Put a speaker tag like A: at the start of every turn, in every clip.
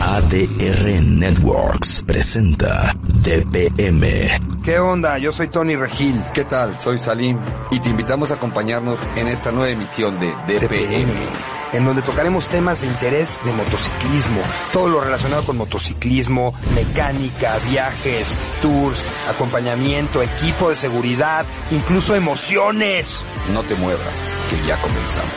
A: ADR Networks presenta DPM.
B: ¿Qué onda? Yo soy Tony Regil.
C: ¿Qué tal? Soy Salim y te invitamos a acompañarnos en esta nueva emisión de DPM.
B: en donde tocaremos temas de interés de motociclismo, todo lo relacionado con motociclismo, mecánica, viajes, tours, acompañamiento, equipo de seguridad, incluso emociones.
C: No te muevas, que ya comenzamos.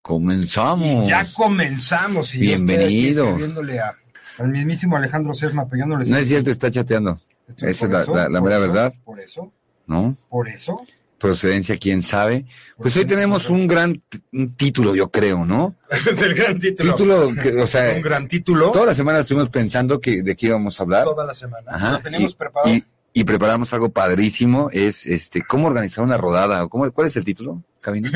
D: Comenzamos.
B: Ya comenzamos. y yo estoy aquí
D: Bienvenidos.
B: escribiéndole a- al mismísimo Alejandro Sesma, pegándole.
D: No es cierto, está chateando,
B: Esto-
D: esa
B: por
D: es la- la- la
B: por
D: mera
B: eso,
D: verdad.
B: Por eso,
D: ¿no?
B: por eso.
D: Procedencia, quién sabe. Pues hoy
B: Procedencia,
D: tenemos
B: correcto.
D: un gran t- un título, yo creo, ¿no?
B: es el gran título.
D: Título, que, o sea,
B: Un gran título.
D: toda la semana estuvimos pensando que, de qué íbamos a hablar.
B: Toda la semana.
D: Ajá,
B: Lo tenemos
D: y-
B: preparado.
D: Y, y preparamos algo padrísimo, es este, cómo organizar una rodada, o cómo, ¿cuál es el título, Cabina?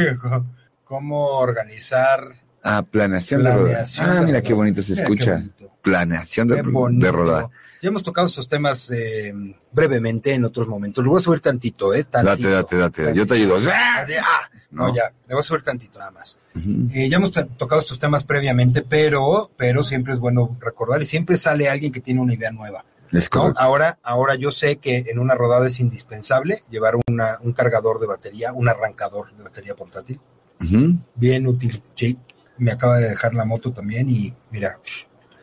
B: cómo organizar
D: Ah, planeación,
B: planeación
D: de rodada.
B: de
D: Ah, mira
B: rodada.
D: qué bonito se
B: Mira, qué
D: escucha.
B: bonito.
D: Planeación de,
B: Qué bonito.
D: de rodada.
B: Ya hemos tocado estos temas eh, brevemente en otros momentos. Lo voy a subir tantito, ¿eh?
D: Date,
B: Tantito.
D: date, date. Yo te ayudo.
B: Así, ah, no,
D: No.
B: ya, le voy a subir tantito nada más.
D: Ujú.
B: Eh, ya hemos t- tocado estos temas previamente, pero, pero siempre es bueno recordar y siempre sale alguien que tiene una idea nueva.
D: Es
B: ¿no?
D: correcto.
B: Ahora, ahora yo sé que en una rodada es indispensable llevar una, un cargador de batería, un arrancador de batería portátil.
D: Ujú.
B: Bien útil, sí. Me acaba de dejar la moto también y mira.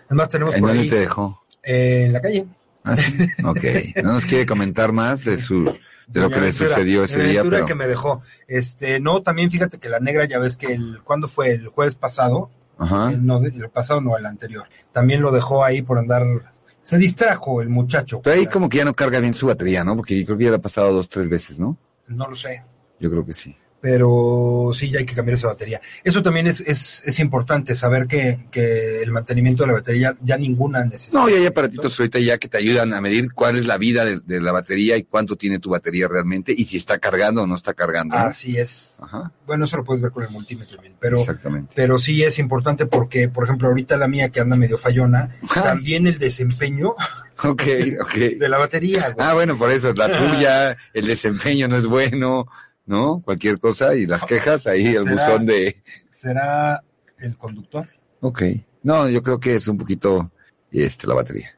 B: Además tenemos
D: ¿En
B: por
D: dónde
B: ahí
D: te dejó?
B: eh, en la calle.
D: Ah, sí. Ok, no nos quiere comentar más de su de lo
B: Mi
D: que le
B: aventura,
D: sucedió ese
B: mi
D: día,
B: aventura
D: pero
B: que me dejó. Este, no, también fíjate que la negra, ya ves que el, ¿cuándo fue? El jueves pasado,
D: ajá,
B: Eh, no, de- el pasado no, el anterior. También lo dejó ahí por andar, se distrajo el muchacho.
D: pero ahí como que ya no carga bien su batería, ¿no? Porque yo creo que ya le ha pasado dos, tres veces, ¿no?
B: No lo sé,
D: Yo creo que sí.
B: pero sí, ya hay que cambiar esa batería. Eso también es, es, es importante, saber que, que el mantenimiento de la batería ya ninguna necesita.
D: No, y hay aparatitos ahorita ya que te ayudan a medir cuál es la vida de, de la batería y cuánto tiene tu batería realmente y si está cargando o no está cargando. ¿no?
B: Así es.
D: Ajá,
B: Bueno, eso lo puedes ver con el multímetro bien, Ah, pero...
D: exactamente.
B: Pero sí es importante porque, por ejemplo, ahorita la mía que anda medio fallona,
D: Ah.
B: también el desempeño
D: Ok, ok.
B: de la batería, güey.
D: Ah, bueno, por eso, la tuya, el desempeño no es bueno, ¿no? Cualquier cosa y las quejas ahí, el
B: Será-
D: buzón de...
B: ¿Será el conductor?
D: Ok. No, yo creo que es un poquito este, la batería.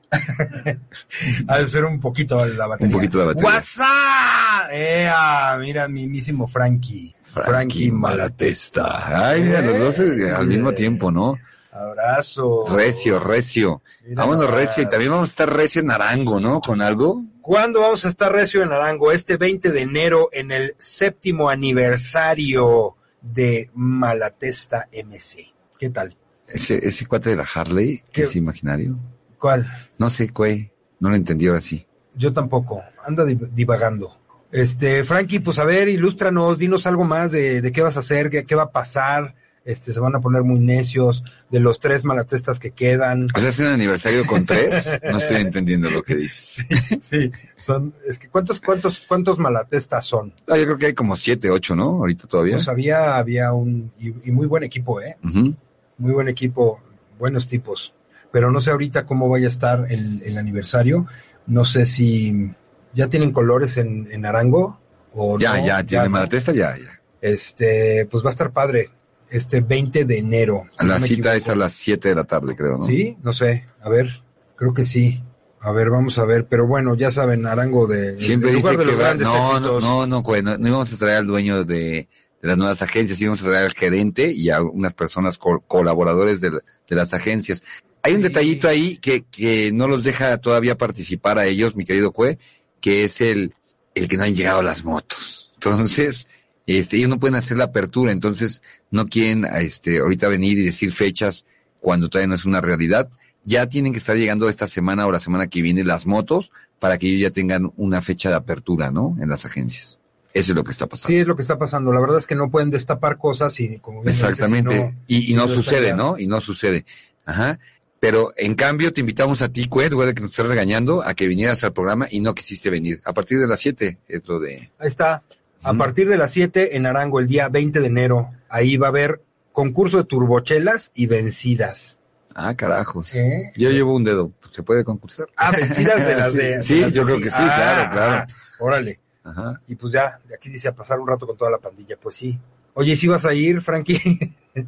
B: Ha de ser un poquito la batería.
D: Un poquito la batería.
B: ¡WhatsApp! ¡Ea! Mira, mismísimo Frankie. Frankie, Malatesta.
D: Ay, mira, los dos eh,
B: Eh.
D: al mismo tiempo, ¿no?
B: Abrazo.
D: Recio, recio.
B: Mira
D: Vámonos
B: nomás.
D: recio y también vamos a estar recio en Arango, ¿no? Con algo.
B: ¿Cuándo vamos a estar recio en Arango? Este 20 de enero, en el séptimo aniversario de Malatesta MC. ¿Qué tal?
D: Ese, ese cuate de la Harley,
B: ¿Qué?
D: que es imaginario.
B: ¿Cuál?
D: No sé, güey. No lo entendí ahora sí.
B: Yo tampoco. Anda div- divagando. Este, Frankie, pues a ver, ilústranos, dinos algo más de, de qué vas a hacer, qué, qué va a pasar. Este, se van a poner muy necios de los tres malatestas que quedan.
D: O sea, es un aniversario con tres. No estoy entendiendo lo que dices.
B: Sí, sí, son, es que ¿cuántos, cuántos, cuántos malatestas son?
D: Ah, yo creo que hay como siete, ocho, ¿no? Ahorita todavía.
B: Pues había, había un, y, y muy buen equipo, ¿eh?
D: Ujú.
B: Muy buen equipo, buenos tipos. Pero no sé ahorita cómo vaya a estar el, el aniversario. No sé si ya tienen colores en, en Arango o
D: Ya,
B: no.
D: ya, tiene
B: no.
D: mala testa, ya, ya.
B: Este, pues va a estar padre. Este 20 de enero. si
D: La
B: no me
D: cita
B: equivoco.
D: es a las siete de la tarde, creo, ¿no?
B: Sí, no sé. A ver, creo que sí. A ver, vamos a ver. Pero bueno, ya saben, Arango de
D: Siempre
B: el
D: dice
B: lugar de los
D: que va-
B: grandes
D: no, no,
B: éxitos.
D: no, no, güey, no, no íbamos a traer al dueño de, de las nuevas agencias, íbamos a traer al gerente y a unas personas co- colaboradores de, la- de las agencias. Hay un
B: Sí.
D: detallito ahí que, que no los deja todavía participar a ellos, mi querido Cue, que es el, el que no han llegado las motos. Entonces, este, ellos no pueden hacer la apertura, entonces no quieren a este, ahorita venir y decir fechas cuando todavía no es una realidad. Ya tienen que estar llegando esta semana o la semana que viene las motos para que ellos ya tengan una fecha de apertura, ¿no? En las agencias. Eso es lo que está pasando.
B: Sí, es lo que está pasando. La verdad es que no pueden destapar cosas y como bien dices,
D: Exactamente. y, y
B: si
D: no
B: no
D: sucede,
B: está
D: ¿no? Y no sucede. Ajá. Pero en cambio te invitamos a ti, Cue, en lugar de que nos estés regañando, a que vinieras al programa y no quisiste venir. A partir de las 7 es lo de...
B: Ahí está. A
D: Ujú.
B: partir de las 7 en Arango, el día 20 de enero, ahí va a haber concurso de turbochelas y vencidas.
D: Ah, carajos. Yo llevo un dedo. ¿Se puede concursar?
B: Ah, vencidas de las de.
D: Sí,
B: de las de-
D: yo creo que sí,
B: Ah,
D: claro, claro.
B: ah, órale.
D: Ajá.
B: Y pues ya, de aquí dice a pasar un rato con toda la pandilla. Pues sí. Oye, ¿y si vas a ir, Frankie?
D: Mi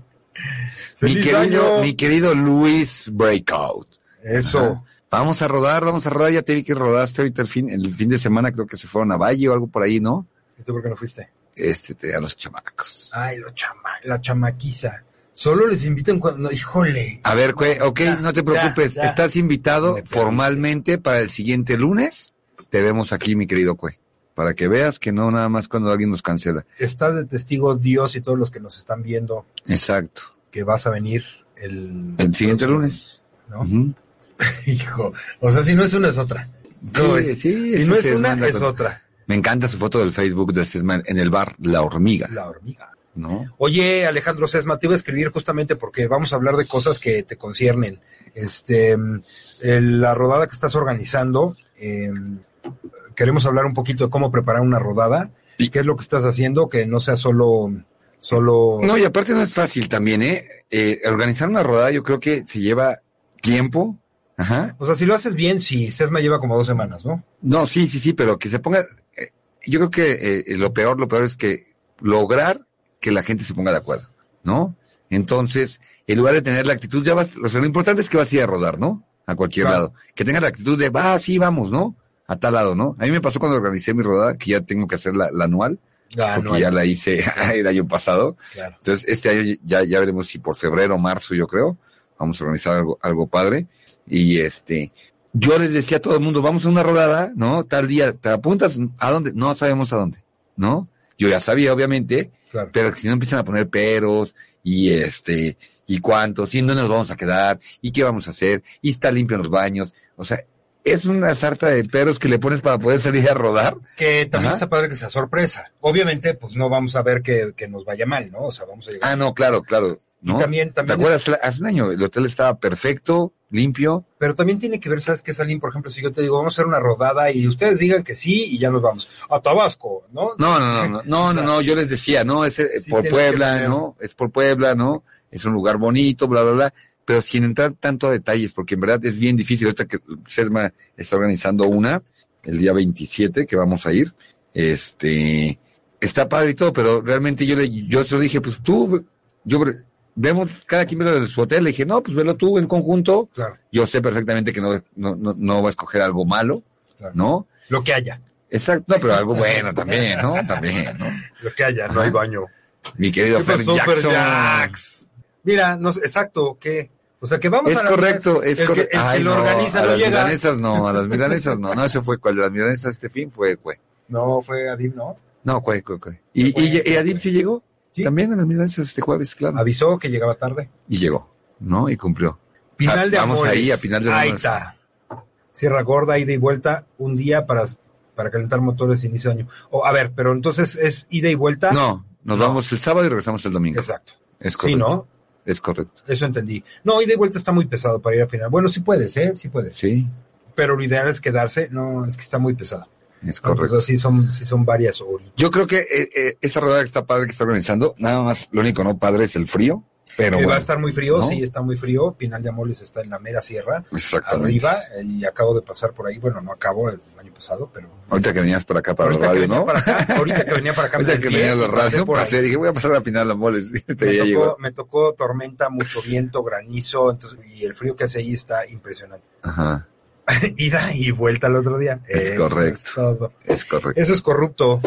B: ¡Feliz
D: querido,
B: año!
D: mi querido Luis Breakout.
B: Eso.
D: Ajá. Vamos a rodar, vamos a rodar. Ya te vi que rodaste ahorita el fin, el fin de semana, creo que se fueron a Valle o algo por ahí, ¿no?
B: ¿Y tú por qué no fuiste?
D: Este, te- a los chamacos.
B: Ay, lo chama, la chamaquiza. Solo les invitan cuando. Híjole.
D: A ver, Cue, ok, no te preocupes.
B: ya.
D: Estás invitado
B: Me perdiste.
D: formalmente para el siguiente lunes. Te vemos aquí, mi querido Cue. Para que veas que no nada más cuando alguien nos cancela.
B: Estás de testigo Dios y todos los que nos están viendo
D: Exacto.
B: que vas a venir el.
D: El siguiente
B: próximo
D: lunes.
B: ¿No? Hijo. O sea, si no es una, es otra. No, es-
D: sí,
B: Si
D: ese
B: no es
D: se
B: una,
D: manda
B: es
D: con-
B: otra.
D: Me encanta su foto del Facebook de Sesman en el bar La Hormiga,
B: La hormiga.
D: ¿no?
B: Oye, Alejandro Sesma, te iba a escribir justamente porque vamos a hablar de cosas que te conciernen. Este, mm, el- la rodada que estás organizando, eh, queremos hablar un poquito de cómo preparar una rodada,
D: Y-
B: qué es lo que estás haciendo, que no sea solo, solo.
D: No, y aparte no es fácil también, ¿eh? Eh, Organizar una rodada yo creo que se lleva tiempo. Ajá.
B: O sea, si lo haces bien, sí, Sesma lleva como dos semanas, ¿no?
D: No, sí, sí, sí, pero que se ponga... eh, yo creo que eh, lo peor, lo peor es que lograr que la gente se ponga de acuerdo, ¿no? Entonces, en lugar de tener la actitud, ya vas... O sea, lo importante es que vas a ir a rodar, ¿no? A cualquier
B: Claro.
D: lado. Que tengas la actitud de, va, sí, vamos, ¿no? A tal lado, ¿no? A mí me pasó cuando organicé mi rodada, que ya tengo que hacer la, la anual, porque ya la hice el año pasado.
B: claro.
D: Entonces, este año ya, ya veremos si por febrero o marzo, yo creo, vamos a organizar algo, algo padre. Y este, yo les decía a todo el mundo, vamos a una rodada, ¿no? Tal día, ¿te apuntas? ¿A dónde? No sabemos a dónde, ¿no? Yo ya sabía, obviamente,
B: claro.
D: pero si no empiezan a poner peros, y este, y cuántos, y en dónde nos vamos a quedar, y qué vamos a hacer, y está limpio en los baños, o sea, es una sarta de peros que le pones para poder salir a rodar.
B: Que también
D: Ajá.
B: está padre que sea sorpresa. Obviamente, pues no vamos a ver que, que nos vaya mal, ¿no? O sea, vamos a llegar.
D: Ah, no, claro, claro. ¿no?
B: Y también,
D: ¿Te
B: también
D: acuerdas? Hace un año el hotel estaba perfecto, limpio,
B: Pero también tiene que ver, ¿sabes qué, Salim? Por ejemplo, si yo te digo, vamos a hacer una rodada y ustedes digan que sí y ya nos vamos. A Tabasco, ¿no?
D: No, no, no, no, no,
B: O sea,
D: no, no, yo les decía, no, es eh,
B: sí
D: por
B: tienes que
D: Puebla,
B: tener-
D: ¿no? Es por Puebla, ¿no? Es un lugar bonito, bla, bla, bla, pero sin entrar tanto a detalles, porque en verdad es bien difícil. Ahorita que Sesma está organizando una, el día 27 que vamos a ir, este, está padre y todo, pero realmente yo le, yo se lo dije, pues tú, yo, vemos cada quien velo de su hotel, le dije, no, pues velo tú en conjunto,
B: Claro,
D: yo sé perfectamente que no, no, no, no va a escoger algo malo,
B: Claro.
D: ¿no?
B: lo que haya,
D: Exacto, no, pero algo bueno también, ¿no? También, ¿no?
B: lo que haya, no
D: Ajá.
B: hay baño.
D: Mi querido Fer
B: Fer
D: Jackson.
B: Jax? Mira, no, sé, exacto, que, o sea, que vamos
D: Es
B: a la-
D: correcto, es
B: el que,
D: correcto.
B: el que lo organiza
D: a
B: no
D: las
B: llega.
D: milanesas no, a las milanesas no. No, ese fue cual, las milanesas este fin fue, güey.
B: No, fue Adib, ¿no.
D: No, güey, güey, güey. Y,
B: Fue,
D: y, y Adib sí llegó.
B: Sí.
D: También a las milanesas este jueves, claro.
B: Avisó que llegaba tarde.
D: Y llegó, ¿no? Y cumplió.
B: Pinal
D: Ah,
B: de
D: vamos
B: Amores.
D: ahí, a Pinal de
B: Ahí
D: Amores.
B: está. Sierra Gorda, ida y vuelta, un día para, para calentar motores, inicio de año. O, a ver, pero entonces es ida y vuelta.
D: No, nos vamos el sábado y regresamos el domingo.
B: Exacto.
D: Es
B: Sí,
D: correcto.
B: ¿no?
D: Es correcto.
B: Eso entendí. No, ida y vuelta está muy pesado para ir a Pinal. Bueno, sí puedes, ¿eh? Sí puedes.
D: Sí,
B: Pero lo ideal es quedarse. No, es que está muy pesado.
D: es
B: No,
D: correcto.
B: pues, sí son, sí son varias horitas.
D: Yo creo que eh, eh, esta rueda que está padre que está organizando, nada más, lo único no padre es el frío, pero
B: Eh,
D: bueno,
B: va a estar muy frío,
D: ¿no?
B: sí, está muy frío. Pinal de Amoles está en la mera sierra,
D: exactamente.
B: arriba, eh, y acabo de pasar por ahí. Bueno, no acabo el año pasado, pero...
D: Ahorita que venías para acá para la
B: ahorita,
D: radio,
B: que venía
D: ¿no?
B: para acá, ahorita que venía para acá, me
D: Ahorita que
B: desvié
D: venía a la
B: y pasé
D: radio,
B: por ahí.
D: pasé, dije, voy a pasar a la final a moles. Pero ya
B: me,
D: llegó.
B: tocó, me tocó tormenta, mucho viento, granizo, entonces, y el frío que hace ahí está impresionante.
D: Ajá,
B: Ida y vuelta al otro día.
D: Es
B: Eso
D: correcto.
B: todo.
D: es correcto.
B: Eso es corrupto.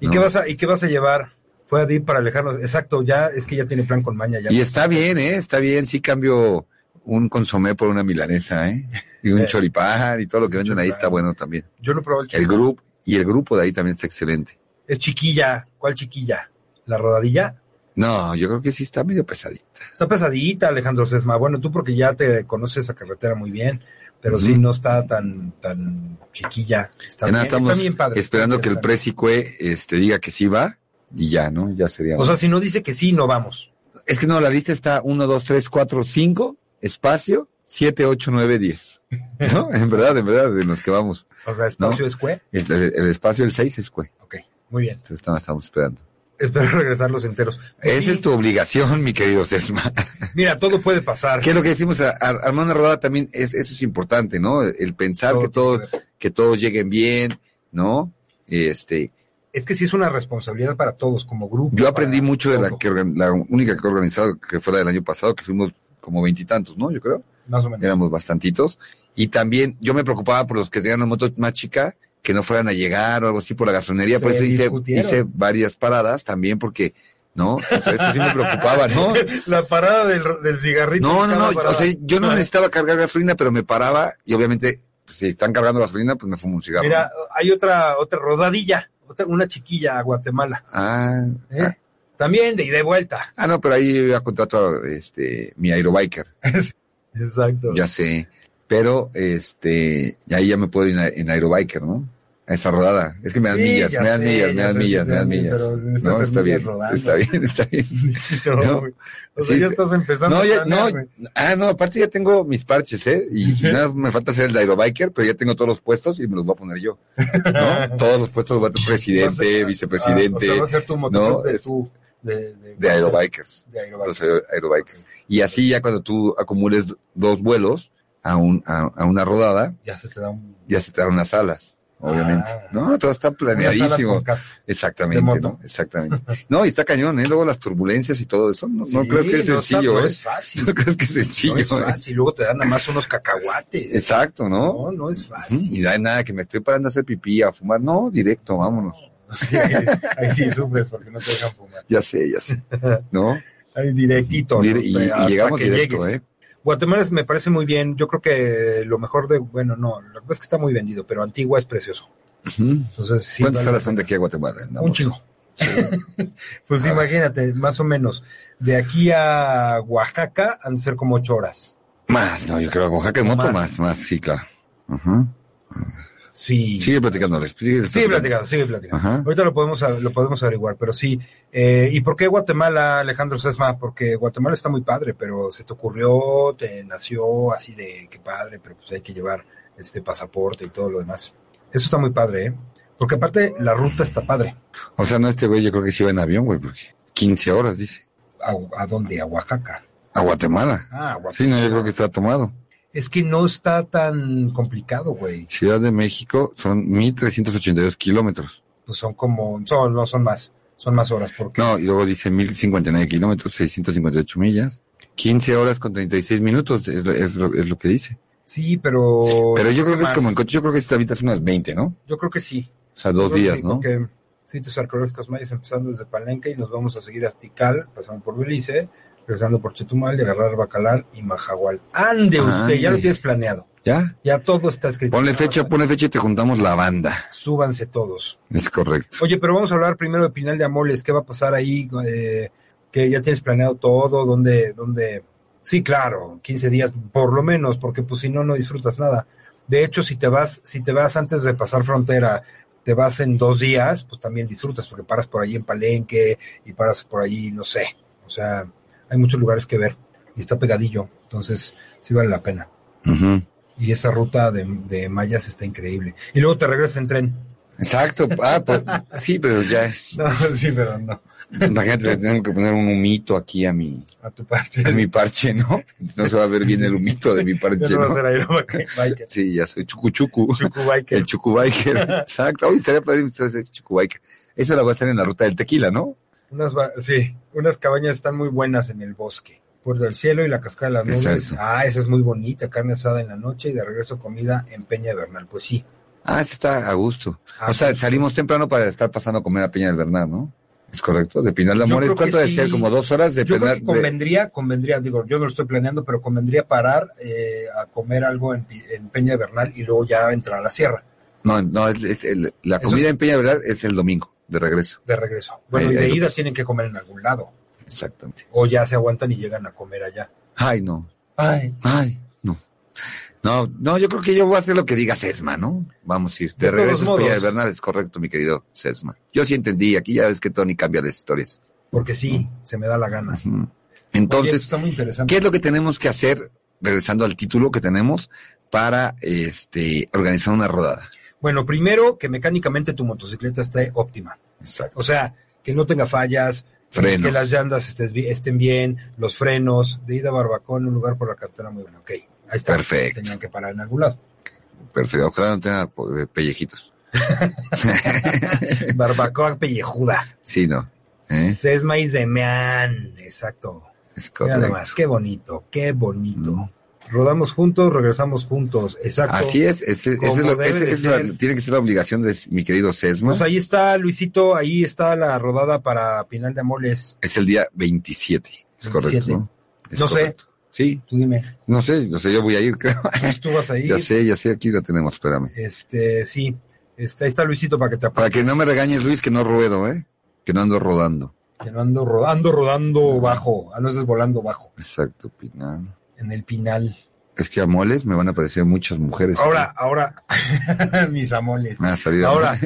B: ¿Y
D: No.
B: qué vas a y qué vas a llevar? Fue a Dip para alejarnos. Exacto, ya es que ya tiene plan con Maña ya.
D: Y está bien, ¿eh? Está bien, sí cambio un consomé por una milanesa, ¿eh? Y un
B: Eh.
D: choripán y todo lo que venden ahí está
B: Choripán.
D: bueno también.
B: Yo no probé el
D: El
B: chiquilla.
D: grupo, y el grupo de ahí también está excelente.
B: Es chiquilla. ¿Cuál chiquilla? ¿La rodadilla?
D: No, yo creo que sí está medio pesadito.
B: Está pesadita, Alejandro Sesma. Bueno, tú porque ya te conoces esa carretera muy bien. pero sí no está tan, tan chiquilla. Está,
D: Ya
B: bien,
D: nada, estamos
B: está bien padre.
D: esperando que el
B: precio
D: Presicue este, diga que sí va y ya, ¿no? Ya sería.
B: O sea, si no dice que sí, no vamos.
D: es que no, la lista está 1, 2, 3, 4, 5, espacio, 7, 8, 9, 10. ¿No? En verdad, en verdad, de los que vamos.
B: O sea, espacio es cue.
D: El, el- el espacio del 6 es Cue.
B: Ok, muy bien.
D: Entonces nada, estamos esperando.
B: Espero regresarlos enteros.
D: Esa
B: Sí,
D: es tu obligación, mi querido Sesma.
B: Mira, todo puede pasar.
D: ¿Qué es lo que decimos? A- a- Armar una rodada también, es, eso es importante, ¿no? El pensar
B: Todo
D: que,
B: tiene
D: todo,
B: que ver.
D: que todos lleguen bien, ¿no? Este,
B: Es que sí es una responsabilidad para todos como grupo.
D: Yo aprendí
B: para
D: mucho de la,
B: todo,
D: que, organ- la única que he organizado, que fue la del año pasado, que fuimos como veintitantos, ¿no? Yo creo.
B: Más o menos.
D: Éramos bastantitos. Y también yo me preocupaba por los que tenían una moto más chica, que no fueran a llegar o algo así por la gasolinería.
B: Se
D: por eso hice,
B: discutieron.
D: hice varias paradas también, porque, ¿no? Eso, eso sí me preocupaba, ¿no?
B: La parada del, del cigarrito.
D: No,
B: en
D: no, no.
B: cada parada.
D: O sea, yo no
B: Ajá.
D: necesitaba cargar gasolina, pero me paraba y obviamente, pues, si están cargando gasolina, pues me fumo un cigarro.
B: Mira, hay otra, otra rodadilla, otra- una chiquilla a Guatemala.
D: Ah,
B: ¿eh? También de ida y vuelta.
D: ah, no, pero ahí yo ya contrato a, este, mi aerobiker.
B: Exacto.
D: Ya sé. Pero, este, y ahí ya me puedo ir en, a- en aerobiker, ¿no? A esa rodada. Es que me dan
B: Sí,
D: millas,
B: ya
D: me dan
B: sé,
D: millas, me
B: ya
D: dan
B: sé si
D: millas,
B: te
D: me dan
B: dan millas,
D: millas.
B: pero necesitas
D: No,
B: hacer
D: está bien,
B: millas rodando.
D: está bien, está bien. No.
B: O sea,
D: Sí,
B: ya
D: te-
B: estás empezando
D: No,
B: a
D: ya, no,
B: planear, güey.
D: ah, no, aparte ya tengo mis parches, ¿eh? Y nada, me falta hacer el aerobiker, pero ya tengo todos los puestos y me los voy a poner yo, ¿no? todos los puestos los va a tener
B: Vas a-
D: presidente,
B: ah,
D: vicepresidente,
B: o sea, va a ser tu motocross
D: no,
B: de
D: es-
B: tu- de, de-
D: de aerobikers.
B: de
D: Los
B: aerobikers.
D: aer- aerobikers. Y así ya cuando tú acumules dos vuelos a, un, a, a una rodada,
B: Ya se te da un...
D: ya se te dan unas alas, obviamente.
B: Ah.
D: no, todo está
B: unas alas
D: planeadísimo.
B: con casco.
D: Exactamente,
B: de moto.
D: ¿no? Exactamente. No, y está cañón, ¿eh? Luego las turbulencias y todo eso, no, no
B: Sí,
D: creo que es
B: no está-
D: sencillo,
B: no
D: ¿eh?
B: es fácil.
D: No crees que es sencillo,
B: no es
D: ¿eh?
B: fácil. Luego te dan nada más unos cacahuates.
D: Exacto, ¿no?
B: No, no es
D: Ujú,
B: fácil.
D: Y da nada, que me estoy parando a hacer pipí, a fumar. No, directo, vámonos.
B: Sí, ahí, ahí sí sufres porque no te dejan fumar.
D: Ya sé, ya sé. ¿No?
B: Ahí directito.
D: Dire-
B: ¿no?
D: y, y
B: Hasta
D: llegamos
B: que
D: directo,
B: llegues.
D: ¿eh?
B: Guatemala es- me parece muy bien. Yo creo que lo mejor de, bueno, no, lo que pasa es que está muy vendido, pero Antigua es precioso.
D: Ujú.
B: Entonces, sí,
D: ¿Cuántas
B: vale
D: horas
B: la
D: son de
B: pena.
D: aquí a Guatemala? No,
B: Un chingo. pues
D: A ver.
B: imagínate, más o menos, de aquí a Oaxaca han de ser como ocho horas.
D: Más, no, yo creo que Oaxaca es moto,
B: Más.
D: más, más, sí, claro. Ajá.
B: Sí.
D: Sigue platicándoles. Sigue
B: Sigue platicando, sigue platicando.
D: Ajá.
B: Ahorita lo podemos, lo podemos averiguar, pero sí. Eh, ¿Y por qué Guatemala, Alejandro Sesma? Porque Guatemala está muy padre, pero se te ocurrió, te nació así de qué padre, pero pues hay que llevar este pasaporte y todo lo demás. Eso está muy padre, ¿eh? Porque aparte la ruta está padre.
D: O sea, no, este güey yo creo que sí va en avión, güey, porque 15 horas, dice.
B: ¿A, a dónde? A Oaxaca.
D: A Guatemala.
B: Ah, a Oaxaca.
D: Sí, no, yo creo que está tomado.
B: Es que no está tan complicado, güey.
D: Ciudad de México son 1.382 kilómetros.
B: Pues son como, son, no son más, son más horas, porque
D: No, y luego dice 1.059 kilómetros, 658 millas. 15 horas con 36 minutos es, lo- es lo, es lo que dice.
B: sí, pero.
D: Pero yo creo que es
B: más.
D: como en coche, yo creo que si te habitas unas 20, ¿no?
B: Yo creo que sí.
D: O sea, dos
B: Creo que
D: días,
B: sí,
D: ¿no?
B: Porque sitios arqueológicos mayas empezando desde Palenque y nos vamos a seguir hasta Tikal, pasando por Belice, regresando por Chetumal y agarrar Bacalar y Majagual. Ande usted, ya lo
D: Ah, Ande.
B: tienes planeado.
D: ¿Ya?
B: Ya todo está escrito.
D: Ponle fecha, ponle fecha y te juntamos la banda.
B: Súbanse todos.
D: Es correcto.
B: Oye, pero vamos a hablar primero de Pinal de Amoles. ¿Qué va a pasar ahí? Eh, que ya tienes planeado todo, dónde, dónde. Sí, claro, 15 días por lo menos, porque pues si no, no disfrutas nada. De hecho, si te vas, si te vas antes de pasar frontera, te vas en dos días, pues también disfrutas, porque paras por ahí en Palenque y paras por ahí, no sé. O sea, hay muchos lugares que ver y está pegadillo, entonces sí vale la pena.
D: Ujú.
B: Y esa ruta de, de mayas está increíble. Y luego te regresas en tren.
D: Exacto. Ah, pues, sí, pero ya.
B: No, sí, pero no.
D: Imagínate, le tengo que poner un humito aquí a mi,
B: A tu parte.
D: a pues, mi parche, ¿no? No se va a ver bien el humito de mi
B: Ya
D: parche,
B: no va a
D: ¿no?
B: ser aerobiker.
D: Sí, ya soy chucuchucu.
B: Chucubiker.
D: El chucubiker. Exacto. Hoy estaría padre ser chucubiker. Esa la voy a hacer en la ruta del tequila, ¿no?
B: Unas, va- sí, unas cabañas están muy buenas en el bosque. Puerto del Cielo y la Cascada de las Nubes.
D: Exacto.
B: Ah, esa es muy bonita. Carne asada en la noche y de regreso comida en Peña de Bernal. Pues sí.
D: Ah, esa está a gusto.
B: Ah,
D: o sea,
B: pues,
D: salimos temprano para estar pasando a comer a Peña del Bernal, ¿no? Es correcto. De Pinal de
B: Yo
D: Amores,
B: creo que
D: ¿cuánto debe
B: sí.
D: ser? Como dos horas de
B: yo creo
D: Pinal
B: que
D: de-
B: convendría, convendría, digo, yo no lo estoy planeando, pero convendría parar eh, a comer algo en, Pi- en Peña de Bernal y luego ya entrar a la sierra
D: No, no, es- es el- la
B: Eso-
D: comida en Peña del Bernal es el domingo, de regreso.
B: de regreso. Bueno,
D: Ahí-
B: y de
D: ahí lo
B: ida
D: puse.
B: tienen que comer en algún lado.
D: Exactamente.
B: O ya se aguantan y llegan a comer allá.
D: Ay, no.
B: Ay,
D: Ay, no. No, no, yo creo que yo voy a hacer lo que diga Sesma, ¿no? Vamos a ir. De,
B: De todos
D: regreso a Escuela de
B: modos.
D: Bernal, es correcto, mi querido Sesma. Yo sí entendí, aquí ya ves que Tony cambia las historias.
B: Porque sí,
D: Mm.
B: se me da la gana.
D: Ujú.
B: Oye,
D: Entonces,
B: esto está muy interesante.
D: ¿Qué es lo que tenemos que hacer, regresando al título que tenemos, para este organizar una rodada?
B: Bueno, primero que mecánicamente tu motocicleta esté óptima.
D: Exacto.
B: O sea, que no tenga fallas,
D: Frenos.
B: que las llantas estés bi- estén bien, los frenos, de ida a Barbacón, un lugar por la carretera muy bueno. Ok, ahí está.
D: Perfecto.
B: Tenían que parar en algún lado.
D: Perfecto. Ojalá no tenga eh, pellejitos.
B: Barbacoa pellejuda.
D: Sí, no. ¿Eh?
B: Sesma y Zemeán. Exacto.
D: Es
B: Mira
D: correcto.
B: nomás, qué bonito, qué bonito.
D: Mm.
B: Rodamos juntos, regresamos juntos. Exacto.
D: Así es, ese, ese
B: Como
D: es lo-
B: debe
D: ese-
B: de
D: esa
B: ser.
D: tiene que ser la obligación de mi querido Sesma.
B: Pues ahí está, Luisito, ahí está la rodada para Pinal de Amoles.
D: es el día 27, es correcto,
B: 27.
D: ¿no? Es
B: No sé.
D: correcto. Sí,
B: Tú dime,
D: no sé, no sé, yo voy a ir, creo.
B: tú vas ahí.
D: Ya sé, ya sé, aquí la tenemos, espérame.
B: Este, sí. Este, ahí está Luisito para que te
D: Para
B: apague.
D: que no me regañes, Luis, que no ruedo, ¿eh? Que no ando rodando.
B: Que no ando rodando, rodando
D: Ah.
B: bajo. Ah, no estás volando bajo.
D: Exacto, Pinal.
B: En el Pinal.
D: Es que a moles me van a aparecer muchas mujeres.
B: Ahora, ahora, mis amoles.
D: Este, Me ha salido.
B: Ahora,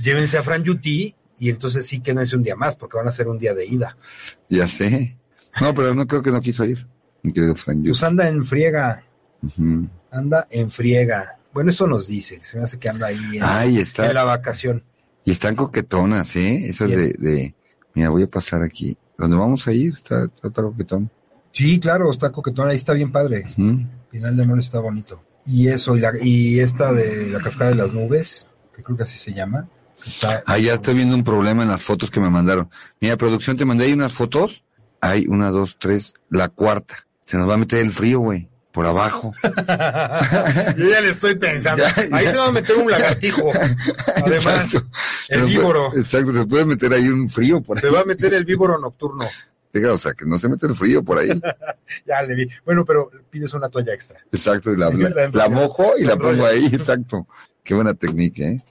B: llévense a Fran Yuti y entonces sí quédense un día más porque van a ser un día de ida.
D: Ya sé. No, pero no creo que no quiso ir. Mi querido Fran Yus.
B: Pues anda en friega.
D: Ujú.
B: Anda en friega. Bueno, eso nos dice. Se me hace que anda ahí en,
D: Ay,
B: en
D: está.
B: la vacación.
D: Y están coquetonas, ¿eh? Esas de, de. Mira, voy a pasar aquí. ¿Dónde vamos a ir? Está, está, está coquetón.
B: Sí, claro, está coquetón. Ahí está bien padre.
D: Ujú.
B: Final de amor está bonito. Y eso, y, la, y esta de la cascada de las nubes, que creo que así se llama. que Está,
D: Ah, ya estoy viendo un problema en las fotos que me mandaron. Mira, producción, te mandé ahí unas fotos. Hay una, dos, tres, la cuarta. Se nos va a meter el frío, güey. Por abajo.
B: Yo ya le estoy pensando.
D: Ya,
B: Ahí
D: ya.
B: se va a meter un lagartijo. Además,
D: Exacto. pues,
B: el víboro.
D: Exacto, se puede meter ahí un frío por
B: Se
D: ahí.
B: va a meter el víboro nocturno.
D: Diga, o sea, que no se mete el frío por ahí.
B: Ya le vi. Bueno, pero pides una toalla extra.
D: Exacto, y la, la,
B: La enrollas,
D: la mojo y
B: la
D: la pongo
B: enrollas.
D: ahí, exacto. Qué buena técnica, ¿eh?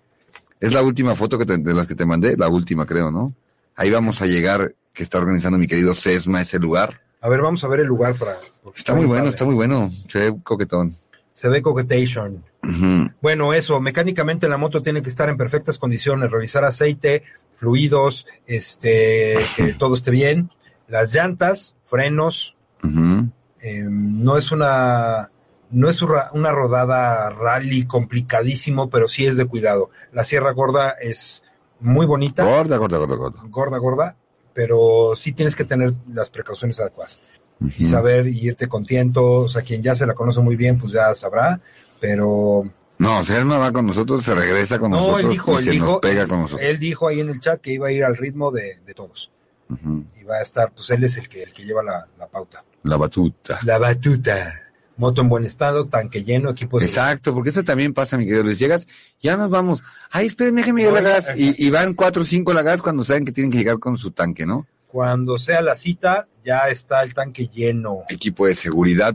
D: Es la última foto que te- de las que te mandé, la última creo, ¿no? Ahí vamos a llegar, que está organizando mi querido Sesma ese lugar.
B: A ver, vamos a ver el lugar para. porque
D: Está muy bueno,
B: padre.
D: está muy bueno. Se ve coquetón.
B: Se ve coquetation.
D: Ujú.
B: Bueno, eso, mecánicamente la moto tiene que estar en perfectas condiciones, revisar aceite, fluidos, este, que todo esté bien, las llantas, frenos,
D: Ujú.
B: eh, no es una no es una una rodada rally complicadísimo, pero sí es de cuidado. La Sierra Gorda es muy bonita,
D: Gorda, gorda, gorda, gorda.
B: gorda, gorda, pero sí tienes que tener las precauciones adecuadas y
D: Ujú.
B: saber y irte con tiento. O sea, quien ya se la conoce muy bien, pues ya sabrá, pero
D: No, Sesma va con nosotros, se regresa con
B: No,
D: nosotros
B: él dijo,
D: y
B: él
D: se nos
B: dijo-
D: pega con nosotros.
B: él dijo ahí en el chat que iba a ir al ritmo de, de todos.
D: Ujú.
B: Y va a estar, pues él es el que, el que lleva la, la pauta.
D: La batuta.
B: La batuta. Moto en buen estado, tanque lleno, equipo de
D: Exacto, porque eso también pasa, mi querido Luis. Llegas, ya nos vamos. Ay, espérenme, déjenme llegar
B: No,
D: a la gas.
B: exacto.
D: Y, y van cuatro o cinco a la gas cuando saben que tienen que llegar con su tanque, ¿no?
B: Cuando sea la cita, ya está el tanque lleno.
D: Equipo de seguridad,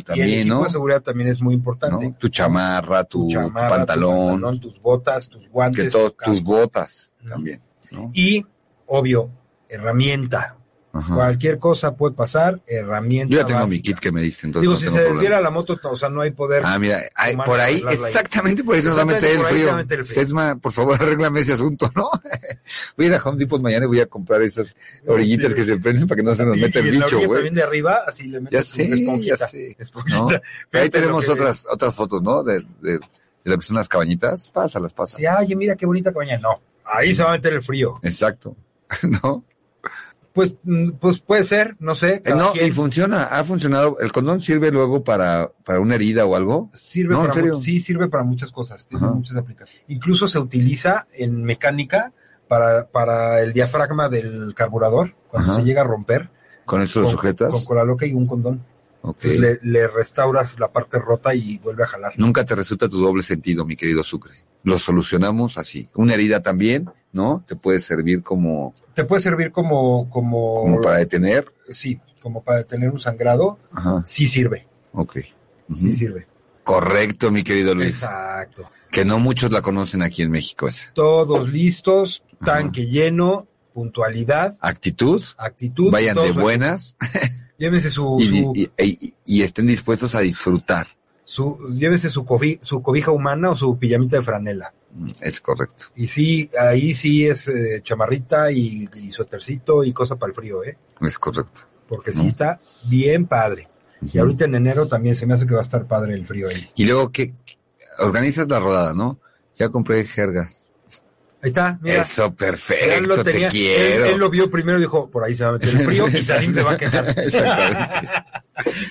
B: y el
D: también,
B: equipo
D: ¿no?
B: de seguridad también es muy importante.
D: ¿No? Tu chamarra, tu,
B: chamarra, tu
D: pantalón,
B: pantalón, tus botas, tus guantes,
D: que todo,
B: tu casco.
D: tus botas
B: Ujú.
D: también, ¿no?
B: Y, obvio, herramienta.
D: Ajá.
B: Cualquier cosa puede pasar, herramienta
D: Yo ya tengo
B: básica.
D: mi kit que me diste, entonces
B: Digo,
D: no
B: si
D: tengo
B: se
D: problema.
B: desviera la moto, o sea, no hay poder.
D: Ah, mira, ay,
B: Tomar-
D: por ahí,
B: arreglarla ahí.
D: exactamente por eso se va a meter
B: Exactamente
D: el
B: por ahí se va a
D: frío.
B: meter el frío.
D: Sesma, por favor, arréglame ese asunto, ¿no? voy a ir a Home Depot mañana y voy a comprar esas orillitas
B: Sí.
D: que se prenden para que no se nos
B: Y-
D: meta
B: y
D: el
B: en la
D: bicho,
B: orilla
D: güey.
B: también de arriba, así le metes
D: Ya sé,
B: una esponjita.
D: ya sé.
B: esponjita.
D: ¿No?
B: Fíjate
D: Ahí tenemos
B: lo que-
D: otras otras fotos, ¿no? De, de, de lo que son las cabañitas. Pásalas,
B: Sí,
D: pásalas.
B: ay, mira qué bonita cabaña. No, ahí se va a meter el frío.
D: Exacto. ¿No?
B: Pues, mm, pues puede ser, no sé.
D: Eh,
B: cada
D: no,
B: quien.
D: y funciona. Ha funcionado. ¿El condón sirve luego para, para una herida o algo?
B: Sirve
D: No, en
B: para
D: serio.
B: mu- sí, sirve para muchas cosas, tiene
D: Ajá.
B: muchas aplicaciones. Incluso se utiliza en mecánica para, para el diafragma del carburador, cuando
D: Ajá.
B: se llega a romper,
D: ¿Con eso lo
B: Con-
D: sujetas?
B: con cola loca y un condón.
D: Ok.
B: Le, le restauras la parte rota y vuelve a jalar.
D: Nunca te resulta tu doble sentido, mi querido Sucre. Lo solucionamos así. Una herida también, ¿no? Te puede servir como,
B: Te puede servir como, como,
D: como para detener.
B: sí, como para tener un sangrado,
D: Ajá,
B: sí sirve,
D: ok. Ujú.
B: sí sirve.
D: Correcto, mi querido Luis.
B: Exacto.
D: Que no muchos la conocen aquí en México esa.
B: Todos listos, tanque lleno, puntualidad,
D: Actitud,
B: actitud.
D: vayan de
B: todos-
D: buenas
B: Llévense su,
D: y,
B: su-
D: y- y- y estén dispuestos a disfrutar.
B: su, llévese su, cofi, su cobija humana o su pijamita de franela.
D: Es correcto.
B: Y sí, ahí sí es eh, chamarrita y, y suétercito y cosa para el frío, ¿eh?
D: Es correcto.
B: Porque sí está bien padre. Y ahorita en enero también se me hace que va a estar padre el frío ahí.
D: Y luego que organizas la rodada, ¿no? Ya compré jergas.
B: Ahí está, mira.
D: Eso, perfecto,
B: Él lo tenía-
D: te quiero.
B: Él, él lo vio primero y dijo, por ahí se va a meter el frío y Salim se va a quejar.
D: Exactamente.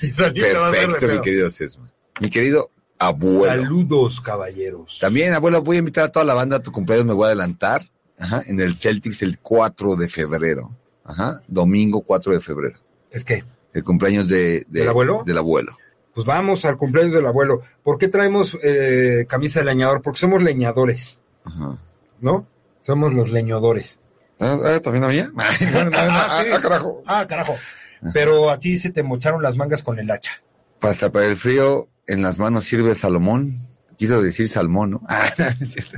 B: Y Salim se va a hacer de
D: Perfecto, mi
B: pedo.
D: querido Sesma. Mi querido abuelo.
B: Saludos, caballeros.
D: También, abuelo, voy a invitar a toda la banda a tu cumpleaños, me voy a adelantar, ajá, en el Celtics el 4 de febrero, ajá, domingo 4 de febrero,
B: Es que,
D: el cumpleaños de, de-
B: ¿Del abuelo?
D: Del abuelo.
B: pues vamos al cumpleaños del abuelo. ¿Por qué traemos eh, camisa de leñador? Porque somos leñadores,
D: Ajá.
B: ¿no? Somos los leñadores.
D: ¿Ah, ah, ¿También había? Ah, no, no, no, ah,
B: sí.
D: ah, carajo.
B: Ah, carajo. Pero a ti se te mocharon las mangas con el hacha.
D: Para tapar el frío, en las manos sirve Salomón. Quiso decir salmón, ¿no? Ah, no, es cierto.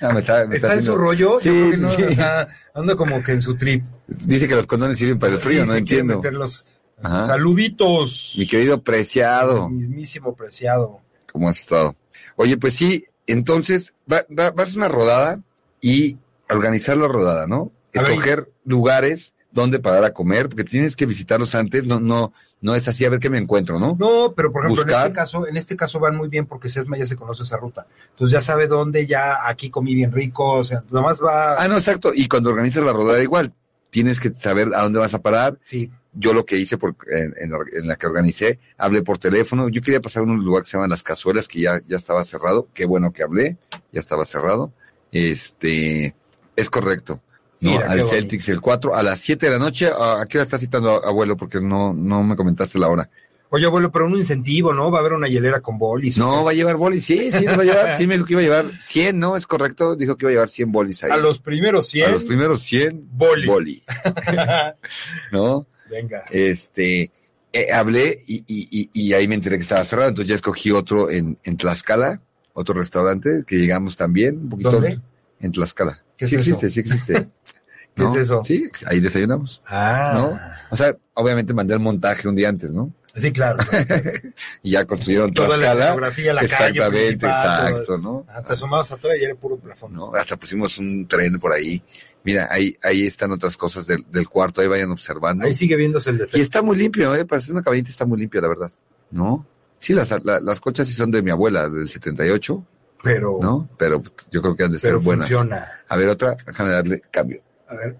D: Ah, me está, me está
B: Está en
D: haciendo-
B: su rollo,
D: Sí,
B: yo creo que no,
D: sí.
B: o sea, anda como que en su trip.
D: Dice que los condones sirven para Pues el frío,
B: Sí,
D: no
B: se quiere
D: entiendo.
B: meter los-
D: Ajá.
B: Saluditos.
D: Mi querido preciado.
B: Mismísimo preciado.
D: ¿Cómo has estado? Oye, pues sí, entonces va, va- vas a hacer una rodada y organizar la rodada, ¿no?
B: A ver,
D: Escoger lugares donde parar a comer, porque tienes que visitarlos antes, no, no, no es así a ver qué me encuentro, ¿no?
B: No, pero por ejemplo, en
D: Buscar.
B: este caso, en este caso van muy bien porque Sesma ya se conoce esa ruta. Entonces ya sabe dónde, ya aquí comí bien rico, o sea, nomás va.
D: Ah, no, exacto. Y cuando organizas la rodada igual, tienes que saber a dónde vas a parar.
B: Sí,
D: Yo lo que hice por, en, en la, en la que organicé, hablé por teléfono. Yo quería pasar a un lugar que se llama Las Cazuelas, que ya, ya estaba cerrado. Qué bueno que hablé, ya estaba cerrado. Este, es correcto. No,
B: Mira, qué
D: al
B: bonito.
D: Celtics el 4 a las 7 de la noche. ¿A a qué hora estás citando, abuelo? Porque no, no me comentaste la hora.
B: Oye, abuelo, pero un incentivo, ¿no? Va a haber una hielera con bolis.
D: No, va a llevar bolis. Sí, sí, nos va a llevar. Sí, me dijo que iba a llevar 100, ¿no? Es correcto. Dijo que iba a llevar 100 bolis ahí.
B: A los primeros 100.
D: A los primeros 100
B: Boli.
D: boli. ¿No?
B: Venga.
D: este eh, hablé y, y- y- y ahí me enteré que estaba cerrado, entonces ya escogí otro en, en Tlaxcala, otro restaurante que llegamos también, un poquito
B: ¿Dónde?
D: en Tlascala.
B: ¿Qué es
D: sí
B: eso?
D: existe, sí existe.
B: ¿Qué es eso?
D: Sí, ahí desayunamos,
B: Ah,
D: ¿no? O sea, obviamente mandé el montaje un día antes, ¿no?
B: sí, claro.
D: Y ya construyeron
B: Toda la
D: Tlaxcala.
B: escenografía, la calle
D: Exactamente,
B: principal, todo.
D: exacto, ¿no?
B: Ah, te asomabas atrás y era puro plafón.
D: ¿no? Hasta pusimos un tren por ahí. Mira, ahí, ahí están otras cosas del, del cuarto, ahí vayan observando.
B: Ahí sigue viéndose el defecto.
D: Y está muy limpio, ¿eh? Para ser una caballita está muy limpio, la verdad. ¿No? Sí, las, la- las colchas sí son de mi abuela, del 78,
B: Pero,
D: ¿no? Pero yo creo que han de ser
B: pero
D: buenas.
B: funciona.
D: A ver, otra, déjame darle cambio.
B: A ver,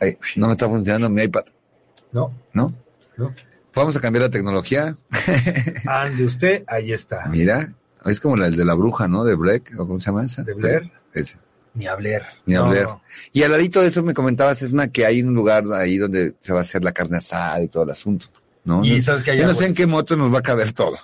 D: Ahí, no me está funcionando mi iPad,
B: no,
D: ¿no?
B: no.
D: Vamos a cambiar la tecnología. Ah,
B: Ande usted, ahí está.
D: Mira, es como la el de la bruja, ¿no? De Black, ¿o cómo se llama esa?
B: ¿De Blair?
D: Esa.
B: Ni hablar.
D: Ni
B: No,
D: hablar.
B: no.
D: Y al ladito de eso me comentabas, Esma, que hay un lugar ahí donde se va a hacer la carne asada y todo el asunto, ¿no?
B: Y
D: No-
B: sabes que hay
D: yo no sé
B: agua.
D: en qué moto nos va a caber todo.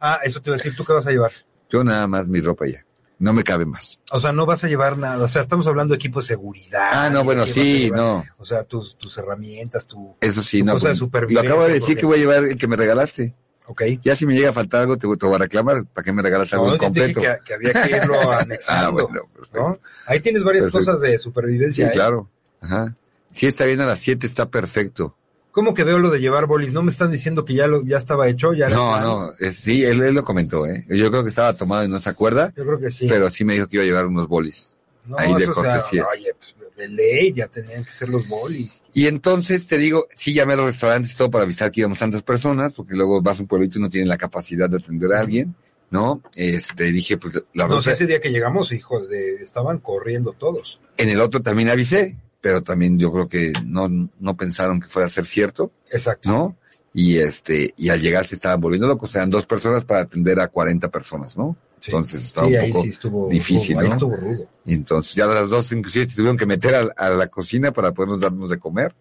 B: Ah, eso te iba a decir, ¿tú qué vas a llevar?
D: Yo nada más mi ropa ya. No me cabe más.
B: O sea, no vas a llevar nada. O sea, estamos hablando de equipo de seguridad.
D: Ah, no,
B: ¿de
D: bueno,
B: qué vas a
D: sí,
B: llevar?
D: no.
B: O sea, tus, tus herramientas, tu...
D: Eso sí,
B: Tu
D: no.
B: cosa de
D: pues,
B: supervivencia,
D: Lo acabo de decir
B: porque-
D: que voy a llevar el que me regalaste.
B: Ok.
D: Ya si me llega a faltar algo, te, te voy a reclamar para que me regalas algo
B: No, yo te dije
D: incompleto.
B: que, que había que irlo anexando,
D: Ah, bueno, perfecto.
B: ¿no? Ahí tienes varias
D: Perfecto.
B: cosas de
D: Sí,
B: supervivencia. ¿eh?
D: claro. Ajá. Si está bien a las 7, está perfecto.
B: ¿Cómo que veo lo de llevar bolis? ¿No me están diciendo que ya lo, ya estaba hecho? ¿Ya era
D: No,
B: plan?
D: no, es- sí, él, él lo comentó, ¿eh? Yo creo que estaba tomado y no se acuerda,
B: Yo creo que sí.
D: pero sí me dijo que iba a llevar unos bolis.
B: no,
D: ahí de
B: eso, o sea,
D: cortesías.
B: oye, pues, de ley ya tenían que ser los bolis.
D: Y entonces te digo, sí llamé a los restaurantes todo para avisar que íbamos tantas personas, porque luego vas a un pueblito y no tienen la capacidad de atender a alguien, ¿no? Este, dije, pues la verdad.
B: No sé, ese día que llegamos, hijo, de, estaban corriendo todos.
D: En el otro también avisé, pero también yo creo que no, no pensaron que fuera a ser cierto,
B: Exacto.
D: ¿no? Y este, y al llegar se estaban volviendo locos, eran dos personas para atender a 40 personas, ¿no?
B: Sí.
D: Entonces estaba
B: Sí,
D: un
B: ahí
D: poco.
B: sí estuvo
D: difícil,
B: Ahí
D: ¿no?
B: estuvo rudo.
D: Y entonces ya las dos inclusive se tuvieron que meter a, a la cocina para podernos darnos de comer.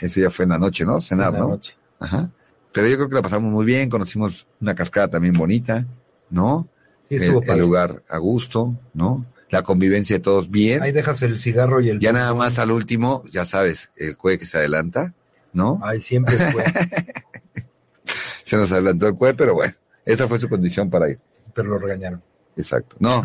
D: Eso ya fue en la noche, ¿no? Cenar,
B: en la
D: ¿no?
B: noche.
D: Ajá. Pero yo creo que la pasamos muy bien, conocimos una cascada también bonita, ¿no?
B: Sí, estuvo
D: el, el
B: padre.
D: lugar a gusto, ¿no? La convivencia de todos bien.
B: Ahí dejas el cigarro y el.
D: Ya nada más al último, ya sabes, el cue que se adelanta, ¿no?
B: Ay, siempre fue.
D: Se nos adelantó el cue, pero bueno, esa fue su condición para ir.
B: pero lo regañaron.
D: Exacto. No,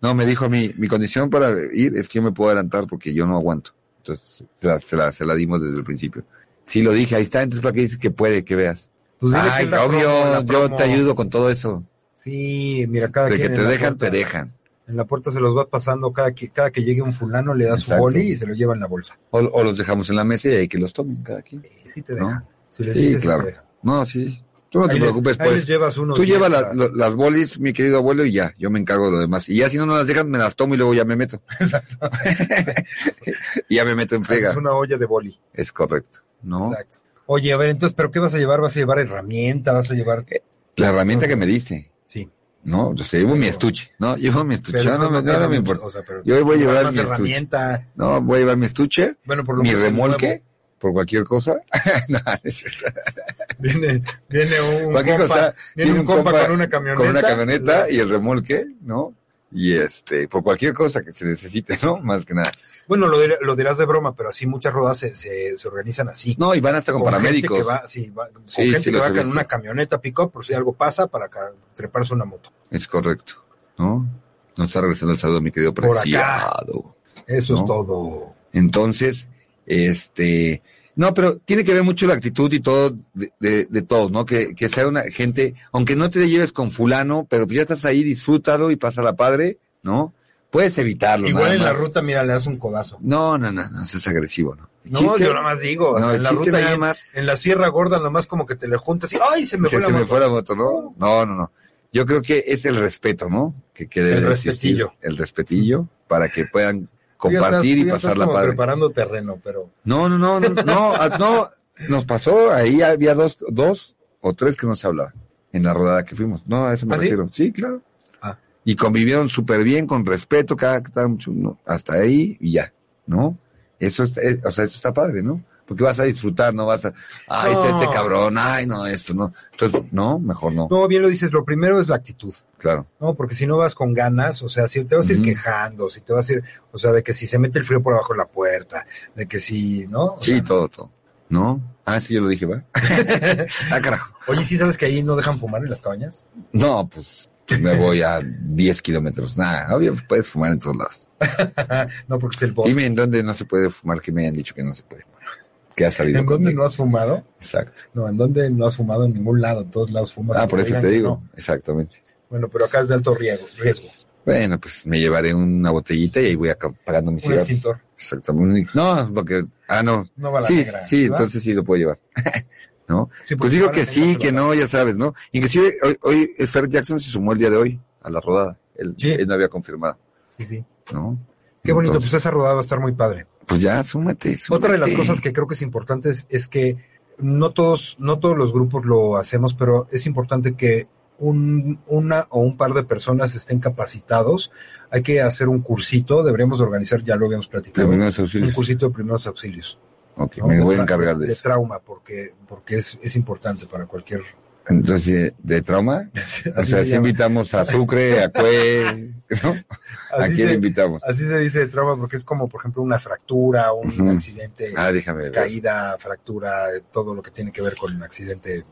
D: no, me dijo a mí, mi condición para ir es que yo me puedo adelantar porque yo no aguanto. Entonces, se la, se la, se la dimos desde el principio. Sí, lo dije, ahí está, entonces para qué dices que puede, que veas.
B: Pues dile que
D: Ay,
B: es la
D: obvio,
B: promo, la
D: yo
B: promo.
D: te ayudo con todo eso.
B: Sí, mira, cada
D: de
B: quien
D: que
B: en
D: te
B: la
D: dejan,
B: puerta-
D: te dejan.
B: En la puerta se los va pasando, cada que, cada que llegue un fulano le da su
D: Exacto.
B: boli y se lo lleva en la bolsa.
D: O, o los dejamos en la mesa y hay que los tomen cada quien.
B: Sí, sí te
D: ¿No?
B: dejan. Si les
D: Sí,
B: dices, sí
D: claro.
B: te dejan.
D: No, sí. Tú no te
B: Ahí les-
D: preocupes
B: ahí
D: por
B: les
D: eso.
B: llevas unos
D: Tú
B: días
D: llevas la-
B: para-
D: lo- las bolis, mi querido abuelo, y ya, yo me encargo de lo demás. Y ya si no nos las dejan, me las tomo y luego ya me meto.
B: Exacto.
D: Y ya me meto en frega.
B: Es una olla de boli.
D: Es correcto. ¿No?
B: Exacto. Oye, a ver, entonces, ¿pero qué vas a llevar? ¿Vas a llevar herramienta? ¿Vas a llevar...?
D: La herramienta que me diste,
B: Sí.
D: ¿no? Yo sé, llevo mi
B: Pero-
D: estuche, ¿no? Llevo mi estuche, Ah,
B: Pero
D: Pues no,
B: eso
D: no, me- no,
B: tiene
D: no me
B: mucho-
D: importa.
B: o sea, pero
D: Yo voy a
B: llevar
D: llevar
B: más
D: mi estuche.
B: herramienta.
D: No, voy a llevar mi estuche,
B: Bueno, por lo
D: mi
B: menos el
D: remolque, por cualquier cosa. no, no es cierto.
B: nuevo. Viene, viene un
D: Cualquier
B: compa,
D: cosa,
B: viene un compa, con una camioneta.
D: Con una camioneta y el remolque, ¿no? Y este, por cualquier cosa que se necesite, ¿no? Más que nada.
B: Bueno, lo, dir- lo dirás de broma, pero así muchas rodas se, se, se organizan así.
D: No, y van hasta con,
B: Con
D: paramédicos.
B: Gente que va, sí, va- con
D: Sí,
B: gente
D: sí
B: que
D: los
B: va
D: he
B: con
D: visto.
B: una camioneta pick-up, por si algo pasa, para ca- treparse una moto.
D: Es correcto, ¿no? Nos está regresando el saludo, mi querido
B: Por acá.
D: preciado.
B: Eso es
D: No.
B: todo.
D: Entonces, este, no, pero tiene que ver mucho la actitud y todo de, de- de todos, ¿no? Que, que sea una gente, aunque no te lleves con fulano, pero pues ya estás ahí, disfrútalo y pasa la padre, ¿no? Puedes evitarlo.
B: Igual
D: nada
B: en la
D: más.
B: ruta, mira, le das un codazo.
D: No, no, no, no seas agresivo, ¿no? El
B: No,
D: chiste-
B: yo nada más digo, o sea,
D: No,
B: en la
D: el chiste
B: ruta y
D: nada
B: en-
D: más
B: En la Sierra Gorda, nada más como que te le juntas y ¡ay! Se me
D: se,
B: fue la
D: se me
B: moto.
D: fue la moto, ¿no? No, no, no. Yo creo que es el respeto, ¿no? Que, que debe
B: El
D: de existir.
B: respetillo.
D: El respetillo para que puedan
B: Tú ya estás-
D: compartir
B: tú
D: y
B: ya
D: pasar
B: estás
D: la
B: como
D: padre.
B: preparando terreno, pero
D: No, no, no, no, no, a- no, nos pasó, ahí había dos, dos o tres que no se hablaban en la rodada que fuimos. No, a eso me
B: ¿Ah, sí?
D: refiero. Sí, claro.
B: Ah.
D: Y convivieron súper bien, con respeto, cada cada uno hasta ahí y ya, ¿no? Eso está, eh, o sea, eso está padre, ¿no? Porque vas a disfrutar, no vas a, ay, está
B: No.
D: este cabrón, ay, no, esto, no. Entonces, no, mejor no,
B: no, bien lo dices, lo primero es la actitud.
D: claro.
B: No, porque si no vas con ganas, o sea, si te vas a ir
D: Ujú.
B: quejando, si te vas a ir, o sea, de que si se mete el frío por abajo de la puerta, de que si, ¿no? O
D: Sí,
B: sea,
D: todo, todo. ¿No? Ah, sí, yo lo dije, ¿va? ah, carajo.
B: oye, ¿sí sabes que ahí no dejan fumar en las cabañas?
D: No, pues me voy a 10 kilómetros. Nada, obvio, pues, puedes fumar en todos lados.
B: no, porque es el bosque.
D: Dime en dónde no se puede fumar, que me hayan dicho que no se puede fumar. Que ha salido
B: ¿En dónde
D: conmigo.
B: no has fumado?
D: Exacto.
B: No, ¿en dónde no has fumado? En ningún lado, en todos lados fumas.
D: Ah, por eso
B: Oigan
D: te
B: que
D: digo.
B: no.
D: Exactamente.
B: Bueno, pero acá es de alto riesgo. riesgo.
D: Bueno, pues me llevaré una botellita y ahí voy acá pagando mis
B: Un
D: cigarros.
B: extintor,
D: Exactamente. No, porque. Ah, no.
B: no va a la
D: Sí,
B: negra,
D: sí,
B: ¿verdad?
D: entonces sí lo puedo llevar. ¿No?
B: Sí, porque
D: Pues
B: si
D: digo
B: va a la
D: que
B: negra,
D: sí,
B: te
D: que
B: lo
D: no, ya sabes, ¿no? Inclusive hoy, hoy eh, Fer Jackson se sumó el día de hoy a la rodada. Él,
B: Sí.
D: él no había confirmado,
B: dan. Sí, sí.
D: ¿no?
B: Qué bonito,
D: Entonces,
B: pues esa rodada va a estar muy padre.
D: Pues ya, súmate, súmate.
B: Otra de las cosas que creo que es importante es, es que no todos, no todos los grupos lo hacemos, pero es importante que un, una o un par de personas estén capacitados. Hay que hacer un cursito, deberíamos de organizar, ya lo habíamos
D: De
B: platicado,
D: primeros
B: un
D: auxilios.
B: cursito de primeros auxilios.
D: Ok,
B: ¿no?
D: me
B: De
D: voy a
B: tra-
D: encargar de eso.
B: trauma, porque, porque es, es importante para cualquier...
D: Entonces, eh, ¿de trauma?
B: Así,
D: O sea,
B: se
D: si
B: llama.
D: invitamos a Sucre, a Cue, ¿no? ¿A
B: Así
D: quién
B: se-
D: invitamos?
B: así se dice de trauma porque es como, por ejemplo, una fractura, un
D: Ujú.
B: accidente,
D: Ah, déjame ver.
B: caída, fractura, todo lo que tiene que ver con un accidente vial.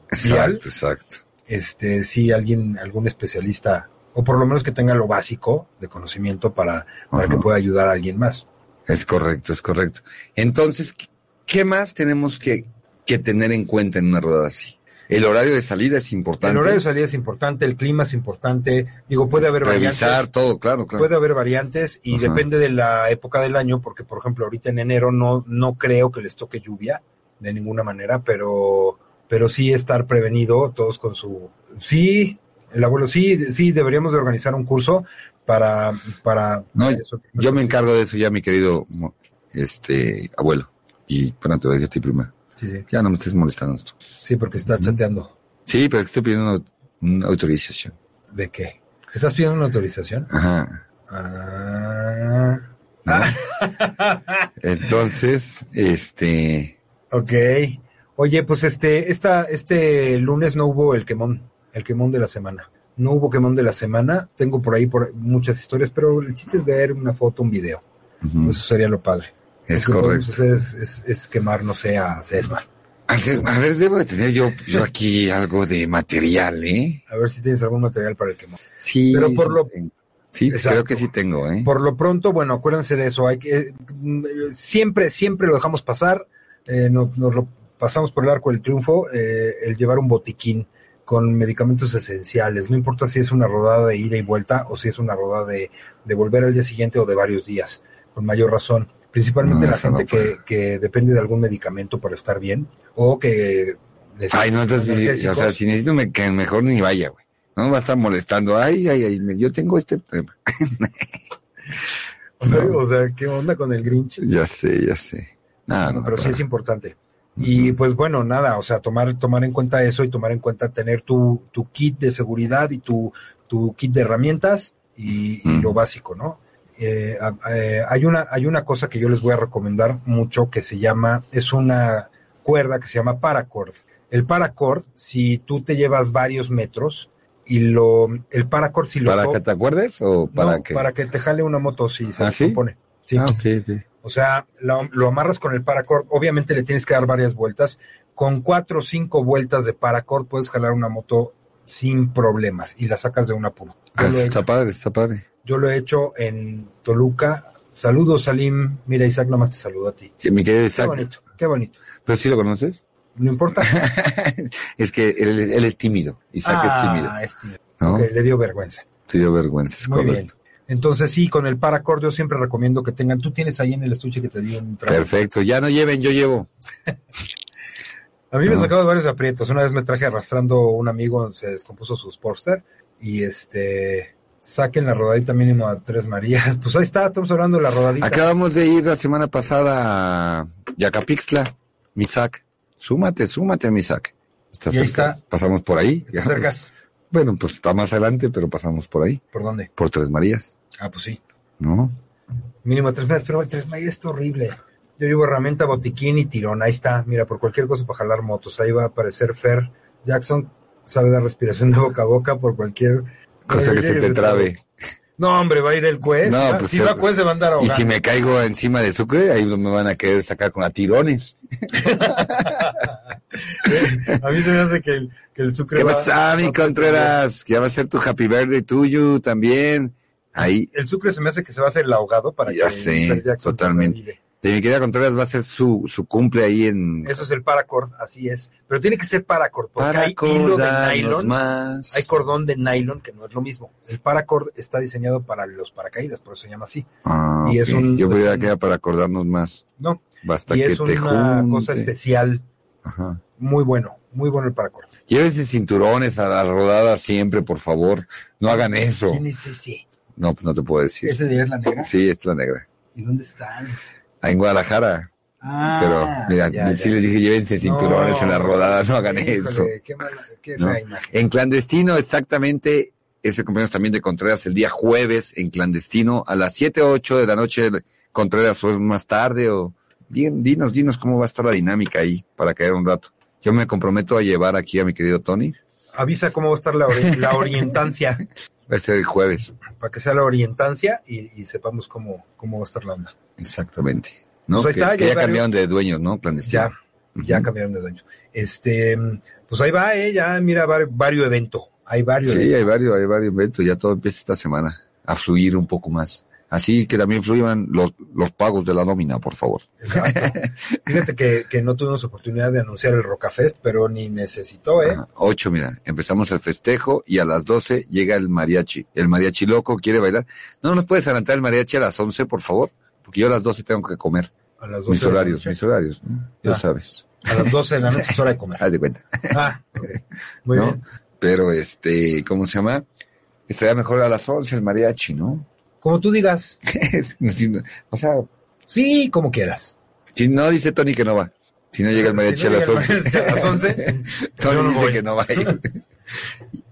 D: Exacto, exacto.
B: este, sí, alguien, algún especialista, o por lo menos que tenga lo básico de conocimiento para, para
D: Ajá.
B: que pueda ayudar a alguien más.
D: Es correcto, es correcto. Entonces, ¿qué- ¿qué más tenemos que, que tener en cuenta en una rodada así? El horario de salida es importante.
B: El horario de salida es importante, el clima es importante, digo, puede haber
D: Pues, Revisar
B: variantes.
D: todo, claro, claro.
B: Puede haber variantes y
D: Ajá.
B: depende de la época del año, porque por ejemplo ahorita en enero no, no creo que les toque lluvia de ninguna manera, pero, pero sí estar prevenido todos con su... Sí, el abuelo, sí, sí, deberíamos de organizar un curso para... para
D: No,
B: eso.
D: Yo me encargo de eso ya, mi querido mo- este abuelo. Y pronto, yo estoy primero.
B: Sí, sí.
D: Ya no me estés molestando esto.
B: Sí, porque está
D: Ujú.
B: chateando.
D: Sí, pero estoy pidiendo una, una autorización.
B: ¿De qué? ¿Estás pidiendo una autorización?
D: Ajá.
B: Ah,
D: ¿no? Entonces, este,
B: ok. Oye, pues este, esta, este lunes no hubo el quemón, el quemón de la semana. No hubo quemón de la semana. Tengo por ahí por muchas historias, pero el chiste es ver una foto, un video.
D: ujú,
B: Eso sería lo padre.
D: es
B: Lo que podemos hacer
D: correcto.
B: es, es- es quemar, no sé, a Sesma.
D: Hacer- a ver, debo de tener yo, yo aquí algo de material, ¿eh?
B: A ver si tienes algún material para el quemón.
D: Sí.
B: Pero por lo-
D: tengo. Sí, pues,
B: Exacto.
D: creo que sí tengo, ¿eh?
B: Por lo pronto, bueno, acuérdense de eso. Hay que, eh, mm, siempre, siempre lo dejamos pasar. eh, nos, nos lo pasamos por el arco del triunfo, eh, el llevar un botiquín con medicamentos esenciales. No importa si es una rodada de ida y vuelta o si es una rodada de, de volver al día siguiente o de varios días, con mayor razón. Principalmente
D: No,
B: la
D: eso no
B: gente que, que depende de algún medicamento para estar bien o que...
D: Ay, no, entonces, sí, o
B: analgésicos.
D: sea, si necesito me- que mejor ni vaya, güey. No me va a estar molestando. Ay, ay, ay, me- yo tengo este problema.
B: O sea, ¿qué onda con el Grinch?
D: Ya sé, ya sé. Nada,
B: No,
D: no,
B: pero sí
D: para-
B: es importante. Y pues bueno, nada, o sea, tomar, tomar en cuenta eso y tomar en cuenta tener tu, tu kit de seguridad y tu, tu kit de herramientas y, y
D: Mm.
B: lo básico, ¿no? Eh, a- eh, hay, una, hay una cosa que yo les voy a recomendar mucho que se llama, es una cuerda que se llama paracord. El paracord, si tú te llevas varios metros y lo, el paracord, si lo...
D: ¿Para que
B: to-
D: te acuerdes
B: no,
D: o para que?
B: para que te jale una moto si se
D: ¿Ah, sí?
B: descompone. Sí.
D: Ah, ok, ok.
B: O sea, lo, lo amarras con el paracord. Obviamente le tienes que dar varias vueltas. Con cuatro o cinco vueltas de paracord puedes jalar una moto sin problemas y la sacas de una apuro. Yo,
D: Ah,
B: lo
D: eso
B: he,
D: está padre, está padre.
B: yo lo he hecho en Toluca. Saludos, Salim. Mira, Isaac, nomás te saludo a ti.
D: Sí, mi querido
B: Qué
D: Isaac,
B: bonito, qué bonito.
D: ¿pero sí lo conoces?
B: No importa.
D: es que él, él es tímido. Isaac
B: Ah, es tímido.
D: es tímido, ¿no?
B: Ok, le dio vergüenza.
D: Te dio vergüenza, es
B: Muy
D: correcto.
B: bien. Entonces sí, con el paracord yo siempre recomiendo que tengan. Tú tienes ahí en el estuche que te di un traje.
D: Perfecto, ya no lleven, yo llevo.
B: A mí me
D: Ah.
B: sacaba varios aprietos. Una vez me traje arrastrando un amigo, se descompuso sus póster y este saquen la rodadita mínimo a tres Marías. Pues ahí está, estamos hablando de la rodadita.
D: Acabamos de ir la semana pasada a Yacapixtla, Misac. Súmate, súmate, Misac. Está
B: Y ahí
D: cerca.
B: está.
D: Pasamos por ahí.
B: ¿Te acercas?
D: Bueno, pues está más adelante, pero pasamos por ahí,
B: ¿Por dónde?
D: por Tres Marías,
B: Ah, pues sí.
D: ¿no?
B: Mínimo a tres Marías, pero ay, tres Marías está horrible. Yo llevo herramienta, botiquín y tirón. Ahí está. Mira, por cualquier cosa para jalar motos. Ahí va a aparecer Fer Jackson. Sabe dar respiración de boca a boca por cualquier...
D: Cosa que se te trabe.
B: No, hombre, va a ir el juez.
D: No,
B: Ah,
D: pues,
B: si
D: se-
B: va juez se va a andar
D: Y
B: ahogando.
D: si me caigo encima de Sucre, ahí me van a querer sacar con a tirones.
B: A mí se me hace que el, que el sucre
D: ¿Qué
B: va-
D: pasa,
B: va
D: mi
B: a-
D: Contreras? Que ya va a ser tu happy birthday tuyo también. Ahí,
B: El sucre se me hace que se va a hacer el ahogado para
D: Ya
B: que
D: sé,
B: Michael Jackson
D: totalmente.
B: sobrevive.
D: de mi querida Contreras va a ser su, su cumple ahí en...
B: Eso es el paracord, así es. Pero tiene que ser paracord, porque
D: Para
B: hay hilo de
D: acordarnos
B: nylon,
D: más.
B: hay cordón de nylon que no es lo mismo. El paracord está diseñado para los paracaídas, por eso se llama así.
D: Ah,
B: y es
D: ok.
B: un-
D: Yo
B: es
D: creía
B: un-
D: que era para acordarnos más.
B: No,
D: Basta
B: y
D: que
B: es
D: te
B: una
D: junte.
B: cosa especial,
D: Ajá.
B: muy bueno, muy bueno el paracord.
D: Llévense cinturones a la rodada siempre, por favor. No hagan eso.
B: ¿Quién es ese?
D: No, pues no te puedo decir.
B: ¿Ese de allá es la negra?
D: Sí, es la negra.
B: ¿Y dónde están?
D: Ah, En Guadalajara.
B: Ah,
D: Pero, mira,
B: ya,
D: sí
B: ya.
D: les dije, llévense cinturones
B: No,
D: en la rodada, no hagan
B: híjole,
D: eso.
B: Qué, mala, qué
D: No.
B: fea imagen.
D: En clandestino, exactamente, ese cumpleaños también de Contreras el día jueves en clandestino a las 7, 8 de la noche. Contreras o es más tarde o bien, dinos, dinos cómo va a estar la dinámica ahí para caer un rato. Yo me comprometo a llevar aquí a mi querido Tony.
B: avisa cómo va a estar la, ori- la orientancia,
D: Va a ser el jueves,
B: para que sea la orientancia y, y sepamos cómo, cómo va a estar la onda.
D: exactamente. No,
B: Pues ahí
D: que,
B: está,
D: que
B: ya
D: ya
B: varios-
D: cambiaron de dueños, ¿no? Clandestino.
B: Ya, ya cambiaron de dueño. Este, pues ahí va, eh, ya mira, var- varios eventos. Hay varios.
D: Sí,
B: eventos.
D: hay varios, hay varios eventos, ya todo empieza esta semana a fluir un poco más. Así que también fluyan los, los pagos de la nómina, por favor.
B: Exacto. Fíjate que, que no tuvimos oportunidad de anunciar el Rocafest, pero ni necesitó, eh.
D: Ajá, Ocho, mira, empezamos el festejo y a las doce llega el mariachi. El mariachi loco quiere bailar. ¿No nos puedes adelantar el mariachi a las once, por favor? Porque yo a las doce tengo que comer.
B: A las 12
D: Mis
B: de la
D: horarios,
B: noche.
D: mis horarios, ¿no? Ya
B: Ah.
D: sabes.
B: A las 12 de la noche es hora de comer.
D: Haz de cuenta,
B: Ah, ok. Muy
D: ¿no?
B: bien.
D: Pero este, ¿cómo se llama? Estaría mejor a las once el mariachi, ¿no?
B: Como tú digas.
D: Si no- o sea,
B: Sí, como quieras.
D: si no dice Tony que no va. Si no llega el mariachi
B: Si no
D: a las
B: llega el
D: once.
B: mariachi a las 11,
D: Tony
B: yo no
D: dice
B: voy.
D: que no va a ir.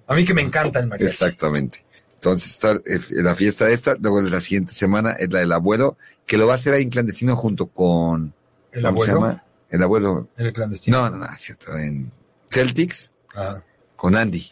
B: A mí que me encanta el mariachi.
D: Exactamente. Entonces está eh, la fiesta esta, luego la siguiente semana es la del abuelo, que lo va a hacer ahí en clandestino junto con...
B: El
D: ¿cómo se
B: abuelo,
D: llama? El abuelo...
B: el clandestino.
D: No, no, no, es cierto, en Celtics
B: Ah,
D: con Andy.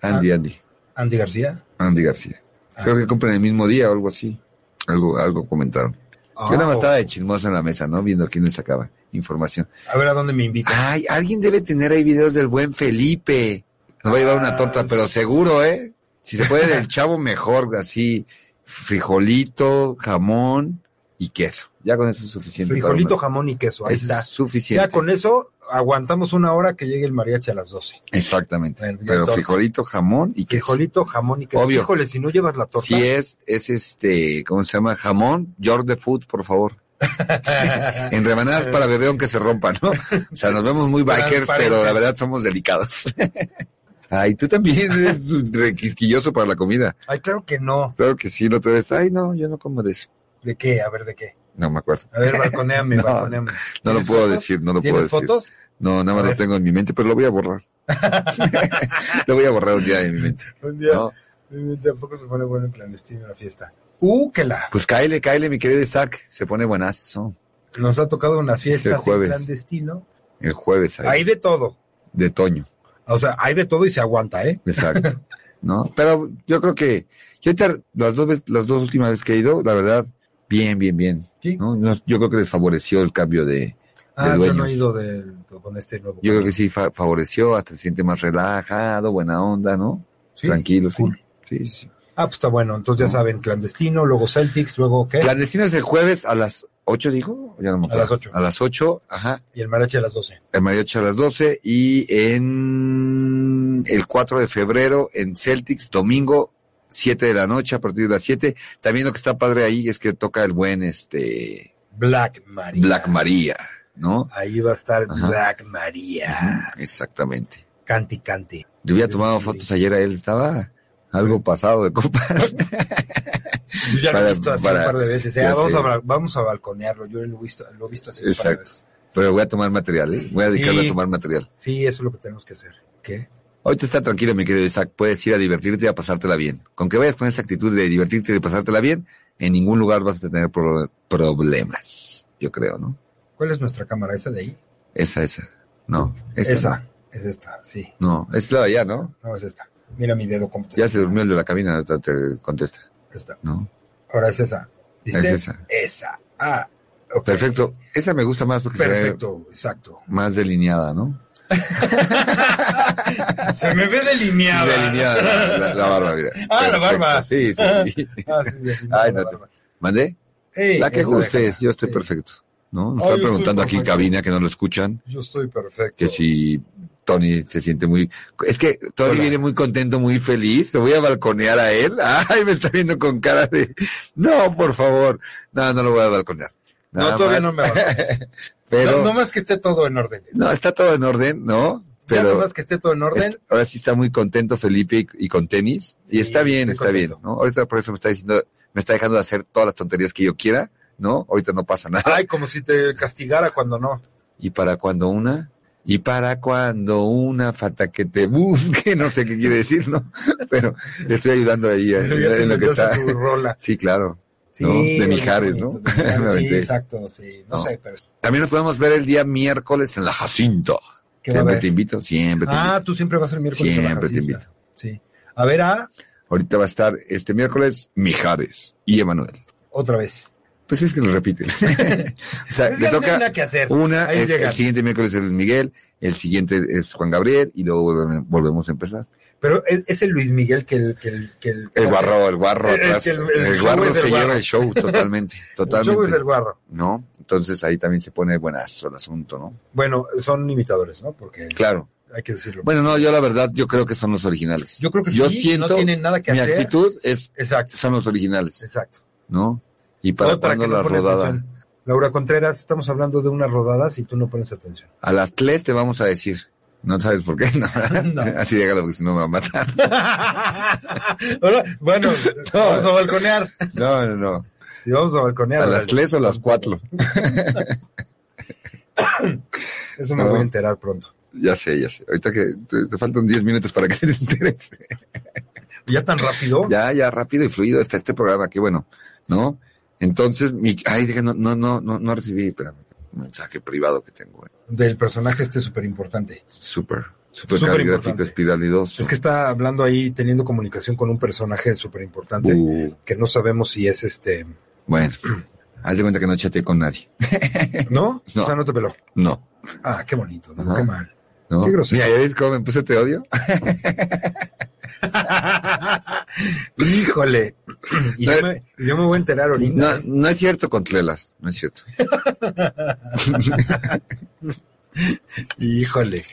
D: Andy, Andy.
B: Andy García.
D: Andy García.
B: Ah.
D: Creo que compran el mismo día o algo así. Algo, algo comentaron. Yo nada
B: Ah, o-
D: más estaba de chismoso en la mesa, ¿no? Viendo quién le sacaba información.
B: A ver a dónde me invitan.
D: Ay, alguien debe tener ahí videos del buen Felipe. Nos va a llevar una torta,
B: Ah,
D: pero
B: sí.
D: seguro, ¿eh? Si se puede del chavo, mejor, así, frijolito, jamón y queso. Ya con eso es suficiente.
B: Frijolito,
D: para
B: jamón y queso.
D: una-
B: Ahí
D: Eso
B: está.
D: Es suficiente.
B: Ya con eso, aguantamos una hora que llegue el mariachi a las 12.
D: Exactamente.
B: Bueno, ya
D: Pero
B: torta.
D: frijolito, jamón y queso.
B: Frijolito, jamón y queso.
D: Obvio.
B: Híjole, si no llevas la torta.
D: Si es, es este, ¿cómo se llama? Jamón, George de Food, por favor. En rebanadas
B: Eh.
D: para bebé, aunque se rompa, ¿no? O sea, nos vemos muy bikers, pero la
B: Transparentes.
D: verdad somos delicados. Ay, tú también eres un requisquilloso para la comida.
B: Ay, claro que no.
D: Claro que sí, lo vez. Ay, no, yo no como de eso.
B: ¿De qué? A ver, ¿de qué?
D: No me acuerdo.
B: A ver, balconeame,
D: No.
B: balconeame.
D: No lo
B: ¿Tienes
D: puedo
B: fotos?
D: decir, no lo puedo
B: ¿Tienes
D: decir.
B: fotos?
D: No, nada
B: A
D: más lo
B: ver.
D: tengo en mi mente, pero lo voy a borrar. lo voy a borrar un día de mi mente.
B: Un día,
D: ¿no?
B: tampoco se pone bueno el clandestino en la fiesta. ¡Uh, que la!
D: Pues cáele, cáele, mi querido Isaac. Se pone buenazo
B: Nos ha tocado unas fiestas en
D: jueves.
B: clandestino.
D: el jueves ahí,
B: Hay de todo.
D: de Toño.
B: O sea, hay de todo y se aguanta, ¿eh?
D: Exacto. ¿No? Pero yo creo que yo ahorita, las dos veces- las dos últimas veces que he ido, la verdad, bien, bien, bien.
B: Sí.
D: ¿no? No, yo creo que les favoreció el cambio de,
B: Ah, yo no
D: dueños.
B: he ido de, con este nuevo.
D: yo creo que sí fa- favoreció, hasta se siente más relajado, buena onda, ¿no?
B: Sí,
D: Tranquilo, sí.
B: cool.
D: sí. sí.
B: Ah, pues está bueno. Entonces
D: Mm.
B: ya saben, clandestino, luego Celtics, luego qué.
D: Clandestino es el jueves a las 8, digo, ya no
B: A
D: me acuerdo.
B: las ocho.
D: A las 8, ajá,
B: Y el mariachi a las 12.
D: el mariachi a las 12 y en el 4 de febrero en Celtics, domingo 7 de la noche a partir de las 7. También lo que está padre ahí es que toca el buen este
B: Black Maria.
D: Black María, ¿no?
B: Ahí va a estar
D: Ajá.
B: Black María.
D: Ujú, Exactamente.
B: Canti, canti.
D: Yo había
B: Sí,
D: tomado
B: sí.
D: fotos ayer a él, estaba algo pasado de copas.
B: Yo ya lo
D: Para-
B: he visto así
D: para-
B: un par de veces. ¿eh?
D: ya
B: vamos,
D: sé.
B: a, bal- vamos a balconearlo. Yo lo he visto, lo he visto así un par de
D: Exacto.
B: veces.
D: Pero voy a tomar material, ¿eh? Voy a dedicarle
B: Sí.
D: a tomar material.
B: Sí, eso es lo que tenemos que hacer. ¿Qué?
D: Ahorita está tranquilo, mi querido Isaac. Puedes ir a divertirte y a pasártela bien. Con que vayas con esa actitud de divertirte y de pasártela bien, en ningún lugar vas a tener pro- problemas. Yo creo, ¿no?
B: ¿Cuál es nuestra cámara? ¿Esa de ahí?
D: Esa, esa. No, esta
B: esa. Es esta, sí.
D: No, No, es la de allá, ¿no?
B: No, es esta. Mira mi dedo cómo te-
D: Ya se durmió el de la cabina, ahorita te contesta,
B: Esta.
D: ¿no?
B: Ahora es esa. ¿Viste?
D: Es esa.
B: Esa. Ah, ok.
D: Perfecto. Esa me gusta más porque
B: Perfecto, exacto.
D: se ve más delineada, ¿no?
B: Se me ve delineada.
D: Delineada la, la, la barba, mira.
B: Ah, la barba.
D: Sí, sí.
B: Ah, sí, delineada
D: Ay, no
B: la
D: te-
B: barba.
D: ¿Mandé?
B: Ey,
D: La que
B: esa
D: gustes,
B: déjala.
D: yo estoy
B: Sí,
D: perfecto. ¿No? Nos
B: Ay,
D: están
B: yo estoy
D: preguntando aquí en
B: perfecto.
D: cabina que no lo escuchan,
B: Yo estoy perfecto.
D: que si Tony se siente muy... Es que Tony
B: Hola.
D: viene muy contento, muy feliz. Lo voy a balconear a él. Ay, me está viendo con cara de... No, por favor. No, no lo voy a balconear.
B: No,
D: Nada
B: todavía
D: más.
B: no me balconees.
D: Pero...
B: No,
D: No,
B: más que esté todo en orden.
D: está todo en orden, ¿no?
B: Pero
D: Pero este-
B: más que esté todo en orden.
D: est- ahora sí está muy contento Felipe y, y con tenis.
B: Sí,
D: y está bien,
B: estoy
D: está
B: contento.
D: bien, ¿no? Ahorita por eso me está diciendo... Me está dejando de hacer todas las tonterías que yo quiera, ¿no? Ahorita no pasa nada.
B: Ay, como si te castigara cuando no.
D: ¿Y para cuando una? ¿Y para cuando una fata que te busque? No sé qué quiere decir, ¿no? Pero le estoy ayudando ahí eh,
B: Pero ya te
D: en lo que
B: inventaste
D: está.
B: tu rola.
D: Sí, claro.
B: Sí,
D: ¿no? De
B: oye,
D: Mijares,
B: bonito,
D: ¿no?
B: de Mijares,
D: Me
B: sí,
D: aventé.
B: exacto, sí. No,
D: No.
B: sé, pero
D: También nos podemos ver el día miércoles en la Jacinto.
B: ¿qué va a
D: Siempre te
B: haber?
D: invito, siempre te
B: Ah,
D: invito.
B: tú siempre vas el miércoles a la
D: Siempre te
B: casita.
D: invito.
B: Sí. A ver, ah,
D: Ahorita va a estar este miércoles Mijares y Emanuel.
B: otra vez.
D: Pues es que lo repiten. o sea,
B: Es
D: le
B: que no
D: toca
B: hay nada que hacer.
D: una,
B: Ahí
D: el, el
B: llegan.
D: siguiente miércoles es Luis Miguel, el siguiente es Juan Gabriel y luego volvemos- volvemos a empezar.
B: Pero es, es el Luis Miguel que el... Que el, que el,
D: El guarro, el guarro
B: El- el-
D: atrás.
B: el-
D: El,
B: el show
D: guarro
B: es el
D: se
B: guarro.
D: lleva el show totalmente,
B: El show
D: totalmente.
B: es el guarro.
D: ¿No? Entonces ahí también se pone buenazo el asunto, ¿no?
B: Bueno, son imitadores, ¿no? Porque
D: Claro.
B: hay que decirlo.
D: Bueno, no, yo la verdad, yo creo que son los originales.
B: yo creo que
D: yo
B: sí,
D: siento
B: no tienen nada que
D: Mi
B: hacer.
D: actitud es,
B: Exacto,
D: son los originales,
B: exacto.
D: ¿no? Y para
B: Otra
D: cuando
B: que no
D: la
B: pone
D: rodada.
B: atención. Laura Contreras, estamos hablando de unas rodadas y tú no pones atención.
D: A las tres te vamos a decir. No sabes por qué, ¿no?
B: No.
D: Así déjalo porque si no me va a matar.
B: Hola, bueno, vamos a balconear.
D: No, no, no.
B: Sí, vamos a balconear.
D: A las
B: órale.
D: tres o a las cuatro.
B: Eso me
D: No.
B: voy a enterar pronto.
D: Ya sé, ya sé. Ahorita que te, te faltan diez minutos para que te enteres.
B: ¿Ya tan rápido?
D: Ya, ya, rápido y fluido está este programa, qué bueno, ¿no? Entonces, mi, ay, dije, no, no, no, no, no recibí, espérame, un mensaje privado que tengo, eh.
B: Del personaje este súper importante.
D: súper, súper
B: Súper
D: caligráfico,
B: importante.
D: espiralidoso.
B: Es que está hablando ahí, teniendo comunicación con un personaje súper importante
D: Bu-
B: que no sabemos si es este.
D: Uh, bueno, haz de cuenta que no chateé con nadie,
B: ¿No?
D: No.
B: O sea, no te peló.
D: no,
B: Ah, qué bonito, digo,
D: Ajá.
B: qué mal.
D: ¿no?
B: Qué grosero.
D: Mira, ¿ya ves cómo me puse te odio?
B: Híjole. Y yo, me, y yo me voy a enterar ahorita.
D: No, no es cierto, Contreras, no es cierto.
B: Híjole.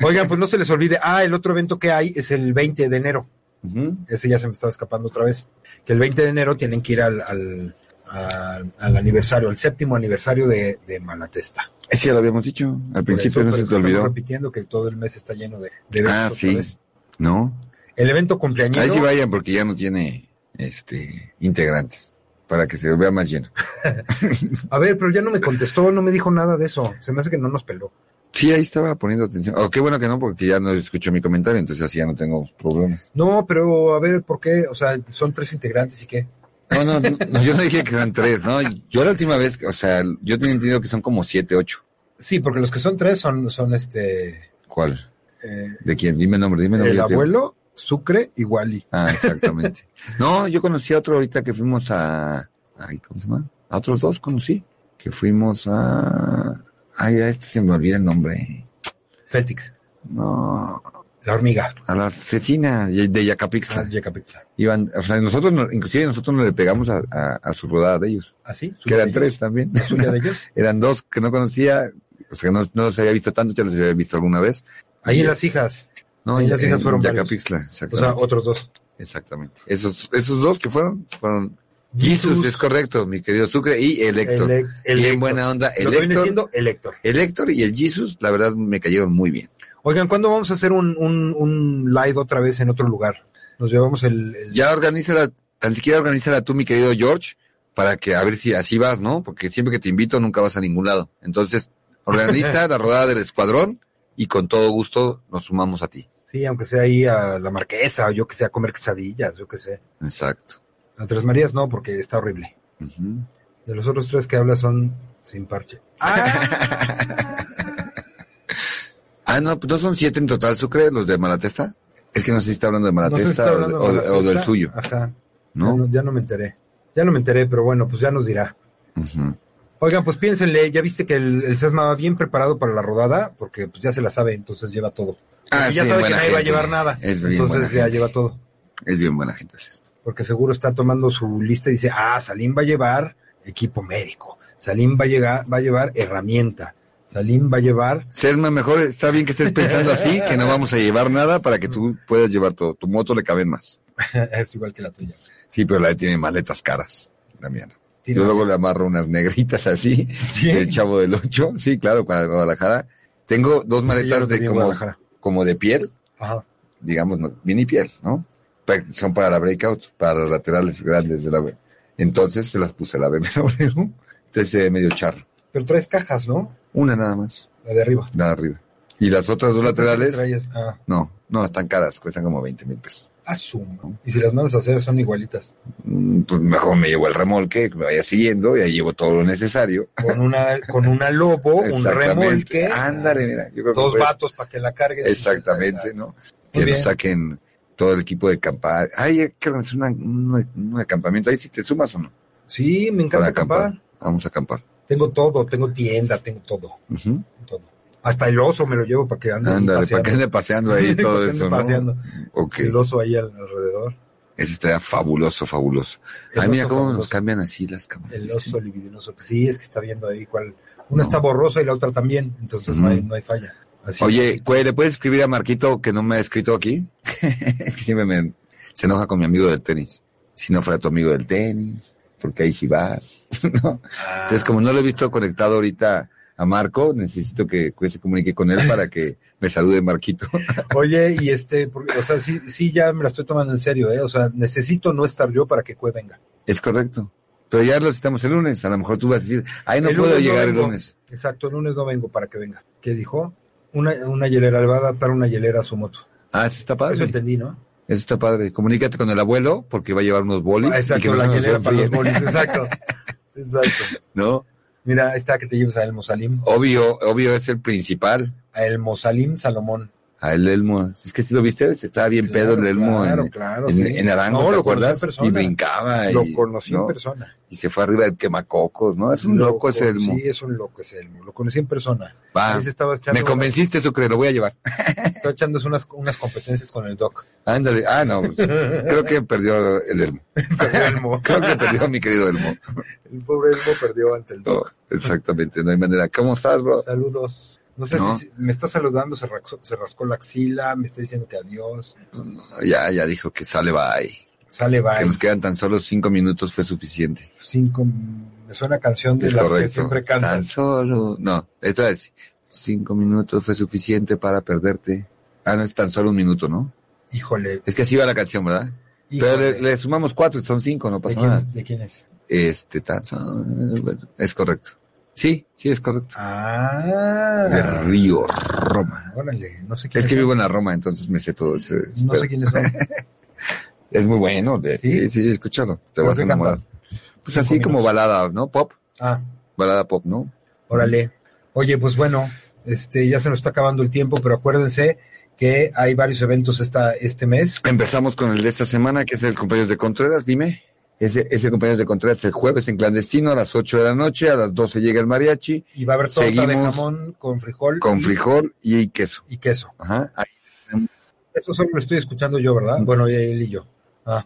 B: Oigan, pues no se les olvide. Ah, el otro evento que hay es el 20 de enero.
D: Ujú.
B: Ese ya se me estaba escapando otra vez. Que el 20 de enero tienen que ir al, al, a- al aniversario, al séptimo aniversario de, de Malatesta.
D: Ese ya lo habíamos dicho
B: Por
D: al principio,
B: eso,
D: no
B: pero
D: se
B: es
D: te
B: que estamos
D: olvidó.
B: repitiendo que todo el mes está lleno de, de
D: Ah,
B: eventos.
D: sí.
B: otra vez.
D: No.
B: El evento cumpleañero.
D: Ahí sí vayan porque ya no tiene este integrantes para que se vea más lleno.
B: A ver, pero ya no me contestó, no me dijo nada de eso. Se me hace que no nos peló.
D: Sí, ahí estaba poniendo atención. Oh, qué bueno que no, porque ya no escuchó mi comentario, entonces así ya no tengo problemas.
B: No, pero a ver, ¿por qué? O sea, son tres integrantes y qué.
D: No, no, no, no, yo no dije que eran tres, ¿no? Yo la última vez, o sea, yo tenía entendido que son como siete, ocho.
B: Sí, porque los que son tres son, son este.
D: ¿Cuál?
B: eh,
D: ¿De quién? Dime el nombre, dime el nombre.
B: el
D: yo te-
B: abuelo, Sucre y Wally.
D: Ah, exactamente. No, yo conocí a otro ahorita que fuimos a... Ay, ¿cómo se llama? A otros dos conocí. Que fuimos a... Ay, a este se me olvida el nombre.
B: Celtics.
D: No,
B: La hormiga.
D: a la asesina de de Yacapixa.
B: Ah, Yecapixtla.
D: Iban, o sea, nosotros, no- inclusive nosotros no le pegamos a, a- a su rodada de ellos.
B: ¿Ah, sí?
D: Que
B: ¿Suya de
D: eran
B: ellos?
D: tres también.
B: ¿La suya de ellos?
D: eran dos que no conocía, o sea, no, no los había visto tanto, ya los había visto alguna vez.
B: Ahí
D: Y-
B: en las hijas.
D: No,
B: Ahí las
D: en-
B: hijas
D: en
B: fueron varios.
D: Yacapixtla,
B: O sea,
D: exactamente.
B: otros dos.
D: Exactamente. Esos, esos dos que fueron, fueron Jesus, es correcto, mi querido Sucre, y el Héctor.
B: El, el
D: Bien
B: Héctor.
D: buena onda,
B: Lo
D: el
B: que viene
D: Héctor,
B: siendo el Héctor.
D: el Héctor y el Jesus, la verdad me cayeron muy bien.
B: Oigan, ¿cuándo vamos a hacer un, un, un live otra vez en otro lugar? Nos llevamos el... el-
D: Ya organízala, tan siquiera organízala tú, mi querido George, para que a ver si así vas, ¿no? Porque siempre que te invito nunca vas a ningún lado. Entonces, organiza la rodada del escuadrón y con todo gusto nos sumamos a ti.
B: Sí, aunque sea ahí a la marquesa, o yo que sé, a comer quesadillas, yo que sé.
D: Exacto.
B: A Tres Marías no, porque está horrible.
D: Ujú.
B: De los otros tres que habla son sin parche.
D: Ah, no, pues no son siete en total, Sucre, los de Malatesta. Es que no sé si está hablando de
B: No sé si
D: Malatesta,
B: está
D: o-
B: hablando
D: o,
B: de
D: o del
B: Malatesta. Ah,
D: suyo,
B: Ajá. Ya
D: ¿no?
B: ¿no? Ya no me enteré. Ya no me enteré, pero bueno, pues ya nos dirá.
D: Ujú.
B: Oigan, pues piénsenle, ya viste que el, el Sesma va bien preparado para la rodada, porque pues ya se la sabe, entonces lleva todo.
D: Ah,
B: y ya
D: sí,
B: sabe que
D: buena
B: nadie va a
D: gente.
B: llevar nada.
D: Es bien buena
B: Entonces ya
D: gente.
B: lleva todo.
D: Es bien buena gente. así es.
B: Porque seguro está tomando su lista y dice, ah, Salim va a llevar equipo médico. Salim va a, llegar, va a llevar herramienta. Salim va a llevar...
D: Selma, mejor está bien que estés pensando así, que no vamos a llevar nada para que tú puedas llevar todo. Tu moto le caben más.
B: es igual que la tuya.
D: Sí, pero la de tiene maletas caras, la mía. no.
B: Tiene-
D: Yo luego le amarro unas negritas así,
B: Sí.
D: el chavo del ocho. Sí, claro, para Guadalajara. Tengo dos
B: Ya lo
D: maletas de
B: tenía en
D: como,
B: Guadalajara.
D: como de piel,
B: Ajá.
D: digamos, no, mini piel, ¿no? Pa- Son para la breakout, para las laterales grandes de la B. Entonces se las puse a la BMW. Entonces se ve medio charro.
B: Pero traes cajas, ¿no?
D: Una nada más,
B: La de arriba.
D: la de arriba. Y las otras dos
B: Entonces,
D: laterales,
B: traes- ah,
D: no, no, están caras, cuestan como 20 mil pesos.
B: asumo. Y si las mandas a hacer son igualitas.
D: Mm, Pues mejor me llevo el remolque, que me vaya siguiendo, y ahí llevo todo lo necesario.
B: Con una, con una lobo, un
D: Exactamente.
B: remolque.
D: Ándale, mira. Yo creo que
B: Dos
D: puedes-
B: vatos para que la cargues.
D: Exactamente, ¿no? Que
B: bien.
D: nos saquen todo el equipo de acampar. Ay, hay que organizar una- un, un acampamiento. Ahí si te sumas o no.
B: Sí, me encanta
D: Para
B: acampar.
D: acampar. Vamos a acampar.
B: Tengo todo, tengo tienda, tengo todo,
D: Ujú.
B: todo. Hasta el oso me lo llevo para que ande
D: Ándale, para
B: paseando.
D: que ande paseando ahí todo
B: Para que ande
D: eso, ¿no?
B: paseando.
D: Ok,
B: El oso ahí al- alrededor.
D: eso estaría fabuloso, fabuloso.
B: El
D: Ay, mira
B: oso
D: cómo nos
B: fabuloso.
D: cambian así las cámaras.
B: El
D: ¿viste?
B: oso libidinoso. pues Sí, es que está viendo ahí cuál. Una
D: No.
B: está borrosa y la otra también, entonces no,
D: Ujú.
B: hay, no hay falla. Así
D: Oye, güey, ¿le puedes escribir a Marquito que no me ha escrito aquí? Es que siempre me, se enoja con mi amigo del tenis. Si no fuera tu amigo del tenis, porque ahí sí vas, ¿no?
B: Ah.
D: Entonces, como no lo he visto conectado ahorita a Marco, necesito que que se comunique con él para que me salude Marquito.
B: Oye, y este, porque, o sea, sí, sí, ya me la estoy tomando en serio, ¿eh? O sea, necesito no estar yo para que Cue venga.
D: es correcto. Pero ya lo citamos el lunes. A lo mejor tú vas a decir, ay, no
B: El
D: puedo
B: lunes no
D: llegar el
B: vengo.
D: lunes.
B: Exacto, el lunes no vengo para que vengas. ¿Qué dijo? Una, una hielera, le va a adaptar una hielera a su moto.
D: Ah, eso está padre.
B: Eso
D: Eso,
B: entendí, ¿no?
D: está padre. Comunícate con el abuelo porque va a llevar unos bolis.
B: Ah,
D: y que
B: Exacto,
D: no
B: la
D: se nos
B: hielera para los
D: enfríen,
B: bolis, exacto. Exacto.
D: ¿No?
B: Mira, ahí está que te lleves a El
D: Oh.
B: Mosalim.
D: Obvio, obvio es el principal.
B: A El Mosalim Salomón.
D: A el Elmo. Es que si lo viste, estaba bien
B: Claro,
D: pedo el Elmo
B: Claro,
D: en,
B: claro.
D: en,
B: sí.
D: en Arango,
B: No,
D: ¿te
B: lo conocí en
D: acuerdas?
B: persona.
D: Y brincaba. y-
B: Lo conocí en
D: ¿no?
B: persona.
D: Y se fue arriba del quemacocos, ¿no? Es un
B: Lo
D: loco ese
B: con-
D: Elmo.
B: Sí, es un loco ese Elmo. Lo conocí en persona.
D: Va,
B: Ahí se estaba echando,
D: me convenciste, Sucre, lo voy a llevar.
B: unas- estaba echándose unas, unas competencias con el Doc.
D: Ándale. Ah, no. Creo que perdió el Elmo.
B: Perdió Elmo.
D: Creo que perdió mi querido Elmo.
B: El pobre Elmo perdió ante el
D: No,
B: Doc.
D: exactamente, no hay manera. ¿Cómo estás, bro?
B: Saludos. No sé no. si me está saludando, se, rascó, se rascó la axila, me está diciendo que adiós.
D: Ya, ya dijo que sale bye.
B: Sale bye.
D: Que nos quedan tan solo cinco minutos fue suficiente.
B: Cinco, me suena canción de
D: Es
B: las que
D: correcto.
B: siempre
D: Tan
B: cantan.
D: solo. No, esto es. Cinco minutos fue suficiente para perderte. Ah, no es tan solo un minuto, ¿no?
B: Híjole,
D: Es que así va la canción, ¿verdad?
B: híjole.
D: Pero le, le sumamos cuatro, son cinco, no
B: ¿De,
D: pasa nada.
B: quién, de quién es?
D: Este, tan solo. bueno, Es correcto. Sí, sí, es correcto. De
B: Ah,
D: Río Roma.
B: órale, no sé quién
D: Es que vivo en la Roma, entonces me sé todo ese.
B: No sé quiénes son.
D: Es muy bueno, de-
B: ¿Sí?
D: sí, sí, escúchalo, te
B: ¿Pero
D: vas a
B: qué cantan?
D: enamorar. Pues
B: Cinco
D: así como
B: minutos.
D: balada, ¿no? Pop,
B: Ah,
D: balada pop, ¿no?
B: Órale. Oye, pues bueno, este ya se nos está acabando el tiempo, pero acuérdense que hay varios eventos esta, este mes.
D: Empezamos con el de esta semana, que es el cumpleaños de Contreras, dime. Ese, ese cumpleaños de Contreras el jueves en clandestino a las 8 de la noche, a las 12 llega el mariachi
B: Y va a haber torta de
D: Seguimos
B: jamón con frijol,
D: con frijol y queso.
B: y queso.
D: Ajá, ahí
B: Eso solo lo estoy escuchando yo, ¿verdad? Bueno, él y yo.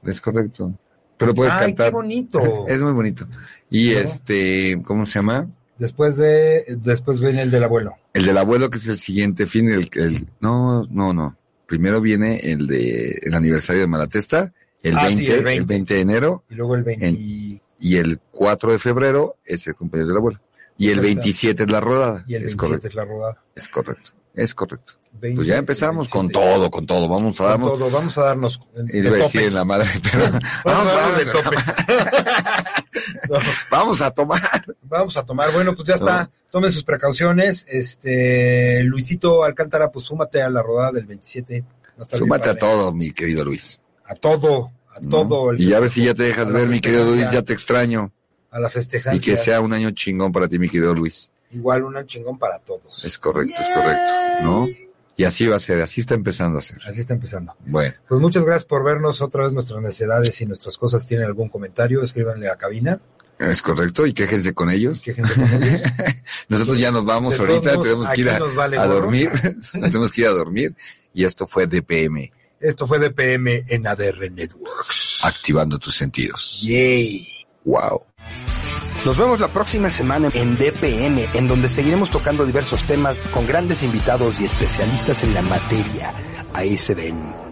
D: es correcto. Pero puedes
B: ¡Ay,
D: cantar.
B: qué bonito!
D: Es muy bonito. Y
B: Claro.
D: este, ¿cómo se llama?
B: Después de, después viene el del abuelo.
D: El del abuelo, que es el siguiente fin, el, el- no, no, no. Primero viene el de el aniversario de Malatesta, el,
B: Ah, sí,
D: 20,
B: el
D: el 20,
B: 20.
D: de enero,
B: Y luego el 20.
D: En- y el 4 de febrero es el cumpleaños del abuelo. Y el
B: Exacto.
D: 27 es la rodada.
B: Pues Y el 27
D: es correcto,
B: es la rodada.
D: es correcto, es correcto.
B: 20,
D: Pues ya empezamos con
B: 27.
D: todo, con todo. Vamos a
B: Con
D: darnos,
B: todo. Vamos a darnos de
D: iba a decir
B: topes.
D: en la madre, pero
B: Vamos
D: vamos,
B: a
D: a
B: darnos de
D: darnos-
B: topes. No.
D: vamos a tomar.
B: Vamos a tomar. Bueno, pues ya está. Tomen sus precauciones. Este, Luisito Alcántara, pues súmate a la rodada del 27. Va a estar bien
D: Súmate a
B: padre.
D: todo, mi querido Luis.
B: A todo. A
D: ¿no?
B: todo. el-
D: y a ver si ya te dejas
B: a la
D: ver, mi querido Luis,
B: festejancia.
D: ya te extraño.
B: A la
D: Y
B: festejancia.
D: que sea un año chingón para ti, mi querido Luis.
B: Igual un chingón para todos.
D: Es correcto, es correcto, ¿no? Y así va a ser, así está empezando a ser.
B: Así está empezando.
D: Bueno,
B: Pues muchas gracias por vernos otra vez nuestras necesidades y nuestras cosas. Si tienen algún comentario, escríbanle a cabina.
D: es correcto, y quéjense con ellos.
B: Quéjense con ellos.
D: Nosotros ya nos vamos
B: De
D: ahorita,
B: todos modos,
D: tenemos que ir
B: aquí
D: a,
B: nos vale
D: a
B: gorro.
D: dormir, nos tenemos que ir a dormir. Y esto fue DPM,
B: Esto fue DPM en ADR Networks.
D: activando tus sentidos.
B: Yay.
D: Wow.
A: Nos vemos la próxima semana en DPM, en donde seguiremos tocando diversos temas con grandes invitados y especialistas en la materia. Ahí se ven.